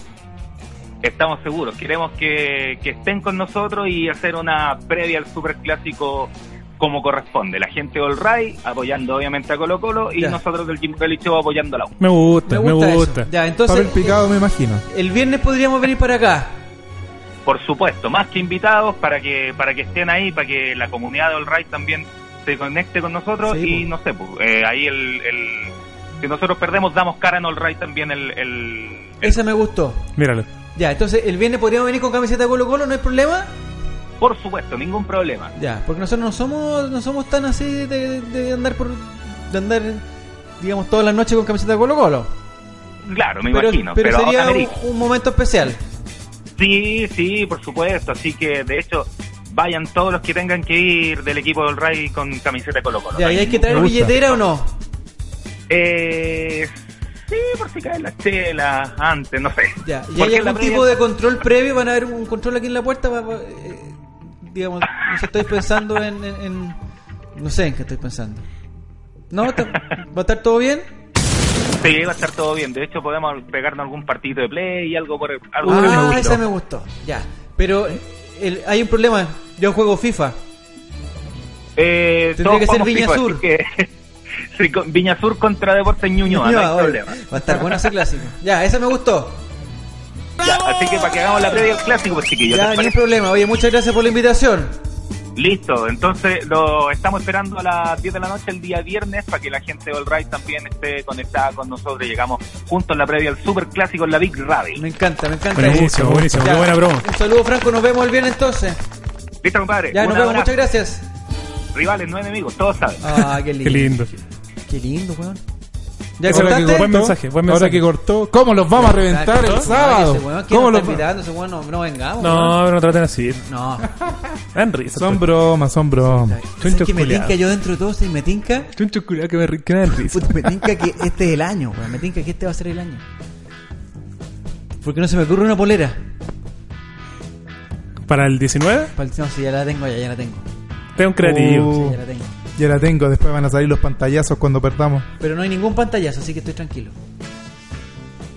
[SPEAKER 5] Estamos seguros. Queremos que, que estén con nosotros y hacer una previa al superclásico como corresponde. La gente de All Right apoyando obviamente a Colo Colo y
[SPEAKER 1] Ya.
[SPEAKER 5] nosotros del Jim Kelly Show apoyando a la U.
[SPEAKER 2] Me gusta, me gusta.
[SPEAKER 1] eso. Ya, entonces,
[SPEAKER 3] Papel picado, me imagino.
[SPEAKER 1] el viernes podríamos venir para acá.
[SPEAKER 5] Por supuesto, más que invitados para que para que estén ahí, para que la comunidad de All Right también se conecte con nosotros
[SPEAKER 1] Sí,
[SPEAKER 5] y
[SPEAKER 1] po.
[SPEAKER 5] no sé, pues, eh, ahí el, el- si nosotros perdemos damos cara en All Right también el, el- el-
[SPEAKER 1] Esa me gustó.
[SPEAKER 2] Míralo.
[SPEAKER 1] Ya, entonces, el viernes podríamos venir con camiseta de Colo Colo, no hay problema.
[SPEAKER 5] por supuesto, ningún problema.
[SPEAKER 1] Ya, porque nosotros no somos no somos tan así de, de- de andar por de andar digamos todas las noches con camiseta de Colo Colo.
[SPEAKER 5] Claro, me
[SPEAKER 1] pero,
[SPEAKER 5] imagino,
[SPEAKER 1] pero
[SPEAKER 5] pero,
[SPEAKER 1] sería un,
[SPEAKER 5] amerita.
[SPEAKER 1] un momento especial.
[SPEAKER 5] Sí, sí, por supuesto. Así que, de hecho, vayan todos los que tengan que ir del equipo del Ray con camiseta de Colo Colo.
[SPEAKER 1] Ya, ¿y hay que traer
[SPEAKER 3] Me gusta.
[SPEAKER 1] billetera o no?
[SPEAKER 5] Eh, sí, por si caen las chelas antes, no sé.
[SPEAKER 1] Ya, ¿y hay
[SPEAKER 5] Porque en la
[SPEAKER 1] algún
[SPEAKER 5] previa-
[SPEAKER 1] tipo de control previo? ¿Van a haber un control aquí en la puerta? Va- va- eh, digamos, no sé, estoy pensando en, en- en- No sé en qué estoy pensando. ¿No? ¿Te- ¿Va a estar todo bien?
[SPEAKER 5] Sí, va a estar todo bien. De hecho, podemos pegarnos algún partido de play y algo por el... Algo por el
[SPEAKER 1] ah,
[SPEAKER 5] estilo.
[SPEAKER 1] esa me gustó. Ya, pero el- hay un problema. Yo juego FIFA.
[SPEAKER 5] Eh,
[SPEAKER 1] Tendría
[SPEAKER 5] todos
[SPEAKER 1] que ser
[SPEAKER 5] jugamos
[SPEAKER 1] Viña
[SPEAKER 5] FIFA,
[SPEAKER 1] Sur.
[SPEAKER 5] así que- sí, con- Viña Sur contra Deportes Ñuñoa, no
[SPEAKER 1] Ya,
[SPEAKER 5] hay
[SPEAKER 1] ahora.
[SPEAKER 5] problema.
[SPEAKER 1] Va a estar bueno ese clásico. Ya, esa me gustó.
[SPEAKER 5] Ya, así que para que hagamos la previa del clásico, pues chiquillos. ¿les
[SPEAKER 1] Ya,
[SPEAKER 5] parece?
[SPEAKER 1] ni un problema. Oye, muchas gracias por la invitación.
[SPEAKER 5] Listo, entonces lo estamos esperando a las 10 de la noche el día viernes para que la gente de All Right también esté conectada con nosotros. Llegamos juntos en la previa al Super Clásico en la Big Radio.
[SPEAKER 1] Me encanta, me encanta.
[SPEAKER 2] Buenísimo, buenísimo.
[SPEAKER 1] Ya.
[SPEAKER 2] Qué buena broma.
[SPEAKER 1] Un saludo, Franco. Nos vemos el viernes entonces.
[SPEAKER 5] Listo, compadre.
[SPEAKER 1] Ya,
[SPEAKER 5] Un
[SPEAKER 1] nos vemos.
[SPEAKER 5] abrazo.
[SPEAKER 1] Muchas gracias.
[SPEAKER 5] Rivales, no enemigos, todos saben.
[SPEAKER 1] Ah, qué lindo.
[SPEAKER 2] Qué lindo.
[SPEAKER 1] Qué lindo, weón. ¿Ya
[SPEAKER 2] Eso es lo que
[SPEAKER 1] cortaste?
[SPEAKER 2] Buen mensaje, buen
[SPEAKER 3] Ahora
[SPEAKER 2] mensaje.
[SPEAKER 3] que cortó, ¿cómo los vamos a reventar el
[SPEAKER 1] Ay,
[SPEAKER 3] sábado?
[SPEAKER 1] ese weón, ¿quién
[SPEAKER 3] ¿Cómo
[SPEAKER 1] nos
[SPEAKER 3] los
[SPEAKER 1] está
[SPEAKER 3] va-
[SPEAKER 1] invitando? Ese weón, no, no vengamos. weón.
[SPEAKER 2] No, pero no traten así.
[SPEAKER 1] No.
[SPEAKER 2] Dan risa.
[SPEAKER 3] Son bromas, son bromas.
[SPEAKER 1] ¿Sabes
[SPEAKER 2] Chuncho
[SPEAKER 1] que me
[SPEAKER 2] culiao.
[SPEAKER 1] tinca yo dentro de todo? ¿sí? ¿Me tinca?
[SPEAKER 2] Chuncho culiao que me, ri- que me dan risa.
[SPEAKER 1] Puta, me tinca que este es el año, weón. Me tinca que este va a ser el año. Porque no se me ocurre una polera.
[SPEAKER 2] Para el 19,
[SPEAKER 1] Pal- No, si ya la tengo, ya, ya la tengo.
[SPEAKER 2] tengo un creativo.
[SPEAKER 1] Sí,
[SPEAKER 3] Oh.
[SPEAKER 1] ya la tengo.
[SPEAKER 3] Ya la tengo, después van a salir los pantallazos cuando perdamos.
[SPEAKER 1] Pero no hay ningún pantallazo, así que estoy tranquilo.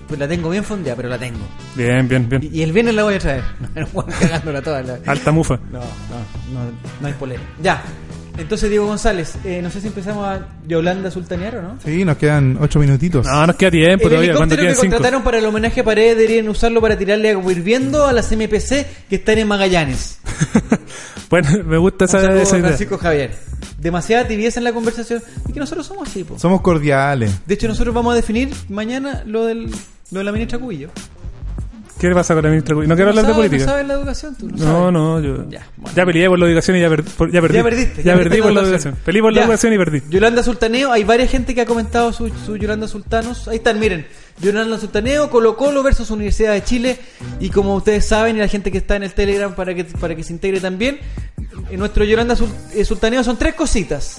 [SPEAKER 1] Pues la tengo bien fondeada, pero la tengo.
[SPEAKER 2] Bien, bien, bien.
[SPEAKER 1] Y, y el viernes la voy a traer. No, no, cagándola toda. La...
[SPEAKER 2] Alta mufa.
[SPEAKER 1] No, no, no, no hay polera. Ya. Entonces, Diego González, eh, no sé si empezamos a Yolanda Sultanear o no.
[SPEAKER 3] Sí, nos quedan ocho minutitos.
[SPEAKER 2] No, nos queda tiempo
[SPEAKER 1] El
[SPEAKER 2] todavía. ¿Cuánto
[SPEAKER 1] helicóptero que
[SPEAKER 2] quedan? Cinco.
[SPEAKER 1] contrataron para el homenaje a Paredes deberían usarlo para tirarle agua hirviendo a las MPC que están en Magallanes.
[SPEAKER 2] bueno, me gusta
[SPEAKER 1] Un
[SPEAKER 2] esa,
[SPEAKER 1] saludo a
[SPEAKER 2] Ah, esa idea.
[SPEAKER 1] Francisco Javier. Demasiada tibieza en la conversación. Y que nosotros somos así, po.
[SPEAKER 3] Somos cordiales.
[SPEAKER 1] De hecho, nosotros vamos a definir mañana lo, del, lo de la ministra Cubillo.
[SPEAKER 2] ¿Qué le pasa con la ministra Cubillo? No quiero
[SPEAKER 1] Tú
[SPEAKER 2] hablar de
[SPEAKER 1] sabes-
[SPEAKER 2] política.
[SPEAKER 1] No sabes la educación, tú. No,
[SPEAKER 2] No,
[SPEAKER 1] sabes.
[SPEAKER 2] no, yo.
[SPEAKER 1] Ya,
[SPEAKER 2] Ya,
[SPEAKER 1] bueno.
[SPEAKER 2] peleé por la educación y ya, perdí ya perdí.
[SPEAKER 1] Ya perdiste.
[SPEAKER 2] Ya, perdí
[SPEAKER 1] perdiste
[SPEAKER 2] por la educación. Peleé por la
[SPEAKER 1] Ya.
[SPEAKER 2] educación y perdí.
[SPEAKER 1] Yolanda Sultaneo, hay varias gente que ha comentado su, su Yolanda Sultanos. Ahí están, miren. Yolanda Sultaneo, Colo Colo versus Universidad de Chile. Y como ustedes saben, y la gente que está en el Telegram para que, para que se integre también, en nuestro Yolanda Sul- eh, Sultaneo son tres cositas.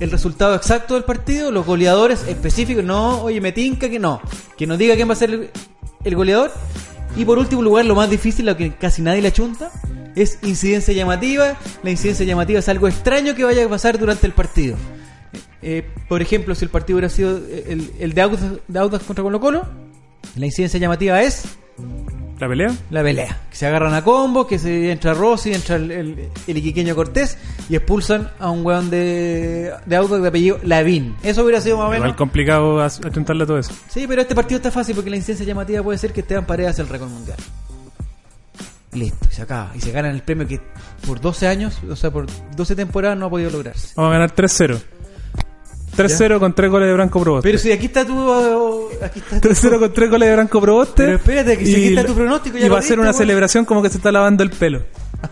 [SPEAKER 1] El resultado exacto del partido, los goleadores específicos. No, oye, me tinca que no. Que nos diga quién va a ser el, el goleador. Y por último lugar, lo más difícil, lo que casi nadie le achunta, es incidencia llamativa. La incidencia llamativa es algo extraño que vaya a pasar durante el partido. Eh, por ejemplo, si el partido hubiera sido el, el de, Audas, de Audas contra Colo Colo, la incidencia llamativa es
[SPEAKER 2] ¿La pelea?
[SPEAKER 1] la pelea. Que se agarran a combos, que se entra Rossi, entra el, el, el iquiqueño Cortés y expulsan a un weón de, de Audas de apellido Lavín. Eso hubiera sido más o menos...
[SPEAKER 2] Igual complicado as- achuntarle a todo eso.
[SPEAKER 1] Sí, pero este partido está fácil porque la incidencia llamativa puede ser que Esteban Paredes hace el récord mundial. Listo, y se acaba. Y se ganan el premio que por 12 años, o sea, por 12 temporadas no ha podido lograrse.
[SPEAKER 2] Vamos a ganar 3-0. 3-0 con 3 goles de Branco Proboste.
[SPEAKER 1] Pero si aquí está tu... oh, Aquí está tu-
[SPEAKER 2] 3-0 con 3 goles de Branco Proboste.
[SPEAKER 1] Pero espérate, que si aquí está tu pronóstico, ya
[SPEAKER 2] Y
[SPEAKER 1] lo
[SPEAKER 2] va a ser
[SPEAKER 1] diste,
[SPEAKER 2] una
[SPEAKER 1] weón.
[SPEAKER 2] celebración como que se está lavando el pelo.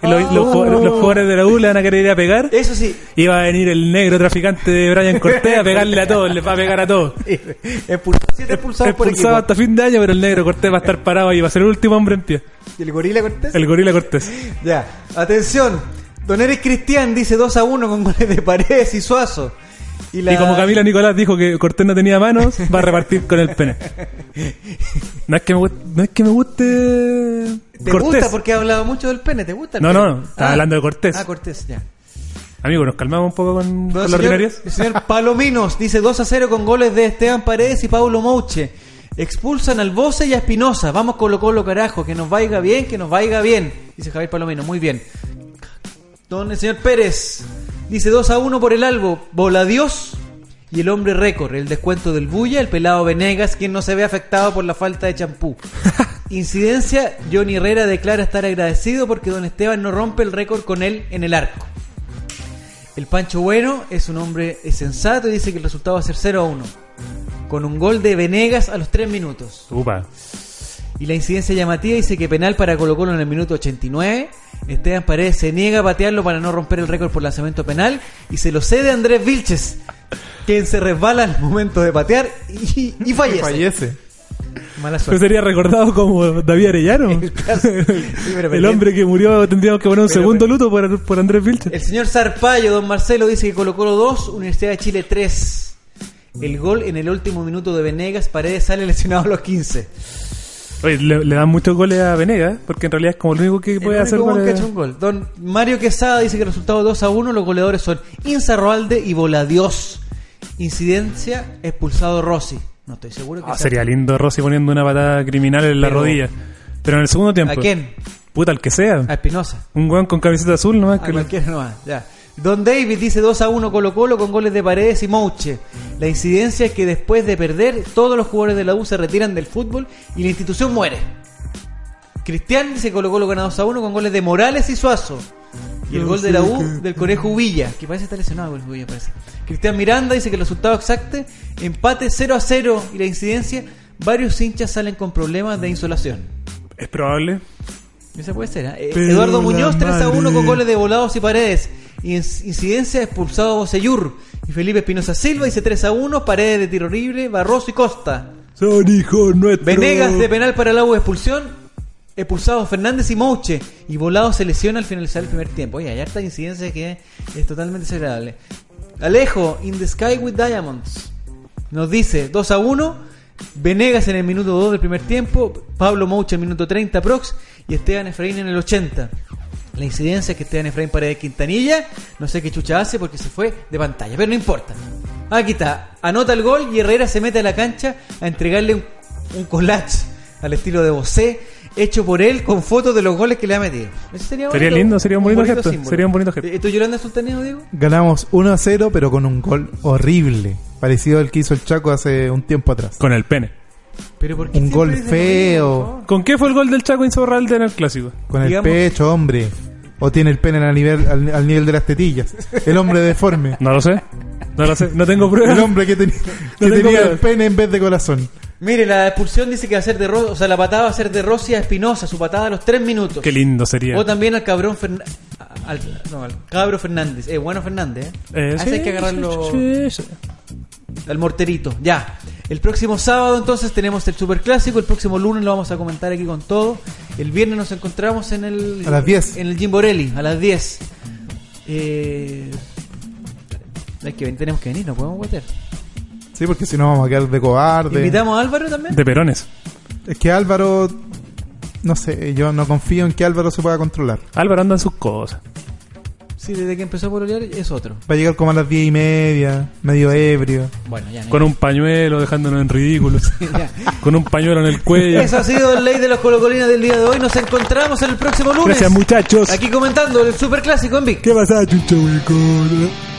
[SPEAKER 2] Y lo-
[SPEAKER 1] Ah.
[SPEAKER 2] los, jugadores- los jugadores de la U le van a querer ir a pegar.
[SPEAKER 1] Eso sí,
[SPEAKER 2] Y va a venir el negro traficante de Brian Cortés a pegarle a todos, les va a pegar a todos.
[SPEAKER 1] expulsado, siete expulsados por
[SPEAKER 2] Expulsado
[SPEAKER 1] equipo.
[SPEAKER 2] hasta fin de año, pero el negro Cortés va a estar parado y va a ser el último hombre en pie.
[SPEAKER 1] ¿Y el gorila Cortés?
[SPEAKER 2] El gorila Cortés.
[SPEAKER 1] Ya, atención. Don Eric Cristian dice 2 a 1 con goles de Paredes y Suazo. Y, la-
[SPEAKER 2] Y como Camila Nicolás dijo que Cortés no tenía manos, va a repartir con el pene. No es que me, gust- no es que me guste
[SPEAKER 1] ¿Te
[SPEAKER 2] Cortés.
[SPEAKER 1] gusta? Porque ha hablado mucho del pene, ¿te gusta? el
[SPEAKER 2] No,
[SPEAKER 1] pene?
[SPEAKER 2] no, estaba hablando de Cortés.
[SPEAKER 1] Ah, Cortés, ya.
[SPEAKER 2] Amigo, nos calmamos un poco con, con
[SPEAKER 1] Don
[SPEAKER 2] las
[SPEAKER 1] señor,
[SPEAKER 2] ordinarias.
[SPEAKER 1] el señor Palominos dice 2 a 0 con goles de Esteban Paredes y Paulo Mouche. Expulsan al Boce y a Espinosa. Vamos Colo Colo, carajo. Que nos vaya bien, que nos vaya bien. Dice Javier Palomino. Muy bien. Don el señor Pérez Dice 2 a 1 por el Albo, Bola Dios y el hombre récord, el descuento del Bulla, el pelado Venegas, quien no se ve afectado por la falta de champú. Incidencia, Johnny Herrera declara estar agradecido porque Don Esteban no rompe el récord con él en el arco. El Pancho Bueno es un hombre sensato y dice que el resultado va a ser 0 a 1. Con un gol de Venegas a los 3 minutos.
[SPEAKER 2] Upa.
[SPEAKER 1] Y la incidencia llamativa dice que penal para Colo Colo en el minuto 89. Esteban Paredes se niega a patearlo para no romper el récord por lanzamiento penal y se lo cede a Andrés Vilches, quien se resbala al momento de patear y, y fallece.
[SPEAKER 3] Fallece.
[SPEAKER 1] Mala
[SPEAKER 2] Pero
[SPEAKER 1] suerte.
[SPEAKER 2] sería recordado como David Arellano.
[SPEAKER 1] Sí, pero
[SPEAKER 2] el hombre que murió tendríamos que poner un segundo luto por, por Andrés Vilches.
[SPEAKER 1] El señor Zarpallo, don Marcelo, dice que Colo Colo 2, Universidad de Chile 3. El gol en el último minuto de Venegas, Paredes sale lesionado a los 15.
[SPEAKER 2] Oye, le, le dan muchos goles a Venegas, porque en realidad es como lo único que puede
[SPEAKER 1] El
[SPEAKER 2] hacer Ah,
[SPEAKER 1] único gol que
[SPEAKER 2] goles.
[SPEAKER 1] ha hecho un gol. Don Mario Quesada dice que el resultado 2 a 1. Los goleadores son Inzarroalde y Voladios. Incidencia, expulsado Rossi. No estoy seguro que
[SPEAKER 2] Ah,
[SPEAKER 1] sea-
[SPEAKER 2] sería lindo Rossi poniendo una patada criminal en la
[SPEAKER 1] Pero-
[SPEAKER 2] rodilla. Pero en el segundo tiempo.
[SPEAKER 1] ¿A quién?
[SPEAKER 2] Puta, al que sea.
[SPEAKER 1] A Espinosa.
[SPEAKER 2] Un weón con camiseta azul nomás.
[SPEAKER 1] A
[SPEAKER 2] que le-
[SPEAKER 1] cualquiera nomás, ya. Don David dice 2 a 1 Colo Colo con goles de Paredes y Mouche. La incidencia es que después de perder, todos los jugadores de la U se retiran del fútbol y la institución muere. Cristian dice Colo Colo gana 2 a 1 con goles de Morales y Suazo. Y el gol de la U del Conejo Villa, que parece estar lesionado el Conejo Villa, parece. Cristian Miranda dice que el resultado exacto, empate 0 a 0 y la incidencia, varios hinchas salen con problemas de insolación.
[SPEAKER 2] Es probable.
[SPEAKER 1] Ese puede ser. ¿eh?
[SPEAKER 2] Pero
[SPEAKER 1] Eduardo
[SPEAKER 2] la
[SPEAKER 1] Muñoz 3 a 1 con
[SPEAKER 2] madre.
[SPEAKER 1] goles de volados y paredes. Y en- incidencia expulsado Bocellur. Y Felipe Espinosa Silva dice 3 a 1, paredes de tiro libre, Barroso y Costa.
[SPEAKER 2] Son hijos nuestros.
[SPEAKER 1] Venegas de penal para la U expulsión. Expulsados Fernández y Mouche. Y volado se lesiona al finalizar el primer tiempo. Oye, hay harta incidencia que es totalmente desagradable. Alejo, in the sky with diamonds. Nos dice 2 a 1. Venegas en el minuto 2 del primer tiempo. Pablo Mouche en el minuto 30 prox. Y Esteban Efraín en el 80. La incidencia es que Esteban Efraín Paredes Quintanilla. No sé qué chucha hace porque se fue de pantalla. Pero no importa. Aquí está. Anota el gol y Herrera se mete a la cancha a entregarle un, un collage al estilo de Bosé. Hecho por él con fotos de los goles que le ha metido. Eso sería,
[SPEAKER 2] Sería lindo, sería un bonito gesto,
[SPEAKER 1] símbolo.
[SPEAKER 2] sería un bonito gesto.
[SPEAKER 1] ¿Eh, ¿Tú llorando sostenido, Diego?
[SPEAKER 3] Ganamos 1 a 0, pero con un gol horrible. Parecido al que hizo el Chaco hace un tiempo atrás.
[SPEAKER 2] Con el pene.
[SPEAKER 1] Pero ¿por qué
[SPEAKER 3] Un
[SPEAKER 1] siempre
[SPEAKER 3] gol
[SPEAKER 1] dicen lo mismo, por
[SPEAKER 3] feo.
[SPEAKER 1] favor?
[SPEAKER 2] ¿Con qué fue el gol del Chaco Insaurralde en el clásico?
[SPEAKER 3] Con el
[SPEAKER 1] Digamos-
[SPEAKER 3] pecho, hombre. O tiene el pene al nivel, al, al nivel de las tetillas. El hombre deforme.
[SPEAKER 2] No lo sé. No lo sé. No tengo
[SPEAKER 3] El
[SPEAKER 2] pruebas.
[SPEAKER 3] hombre que, tenía- que
[SPEAKER 2] tengo
[SPEAKER 3] tenía
[SPEAKER 2] miedo.
[SPEAKER 3] el pene en vez de corazón.
[SPEAKER 1] Mire, la expulsión dice que va a ser de Ro- o sea, la patada va a ser de Rossi a Espinosa, su patada a los tres minutos.
[SPEAKER 2] Qué lindo sería.
[SPEAKER 1] O también al cabrón Fernández. Al, no, al cabro Fernández. Eh, bueno Fernández, ¿eh?
[SPEAKER 2] Eh,
[SPEAKER 1] A ese
[SPEAKER 2] sí,
[SPEAKER 1] hay que agarrarlo
[SPEAKER 2] sí, sí.
[SPEAKER 1] al morterito. Ya. El próximo sábado entonces tenemos el superclásico. El próximo lunes lo vamos a comentar aquí con todo. El viernes nos encontramos en el.
[SPEAKER 3] A las 10.
[SPEAKER 1] En el Jim Borelli, a las 10. Eh, hay que venir, tenemos que venir, no podemos guatear.
[SPEAKER 3] Sí, porque si no vamos a quedar de cobarde.
[SPEAKER 1] ¿Invitamos a Álvaro también?
[SPEAKER 2] De perones.
[SPEAKER 3] Es que Álvaro. No sé, yo no confío en que Álvaro se pueda controlar.
[SPEAKER 2] Álvaro anda en sus cosas.
[SPEAKER 1] Sí, desde que empezó a pololear es otro.
[SPEAKER 3] Va a llegar como a las diez y media, medio ebrio.
[SPEAKER 1] Bueno, ya no.
[SPEAKER 2] Con un pañuelo, dejándonos en ridículos.
[SPEAKER 1] Ya.
[SPEAKER 2] Con un pañuelo en el cuello.
[SPEAKER 1] Eso ha sido el ley de los colocolinos del día de hoy. Nos encontramos el próximo lunes.
[SPEAKER 2] Gracias, muchachos.
[SPEAKER 1] Aquí comentando el superclásico en Vic.
[SPEAKER 2] ¿Qué pasa, chucha, hueco?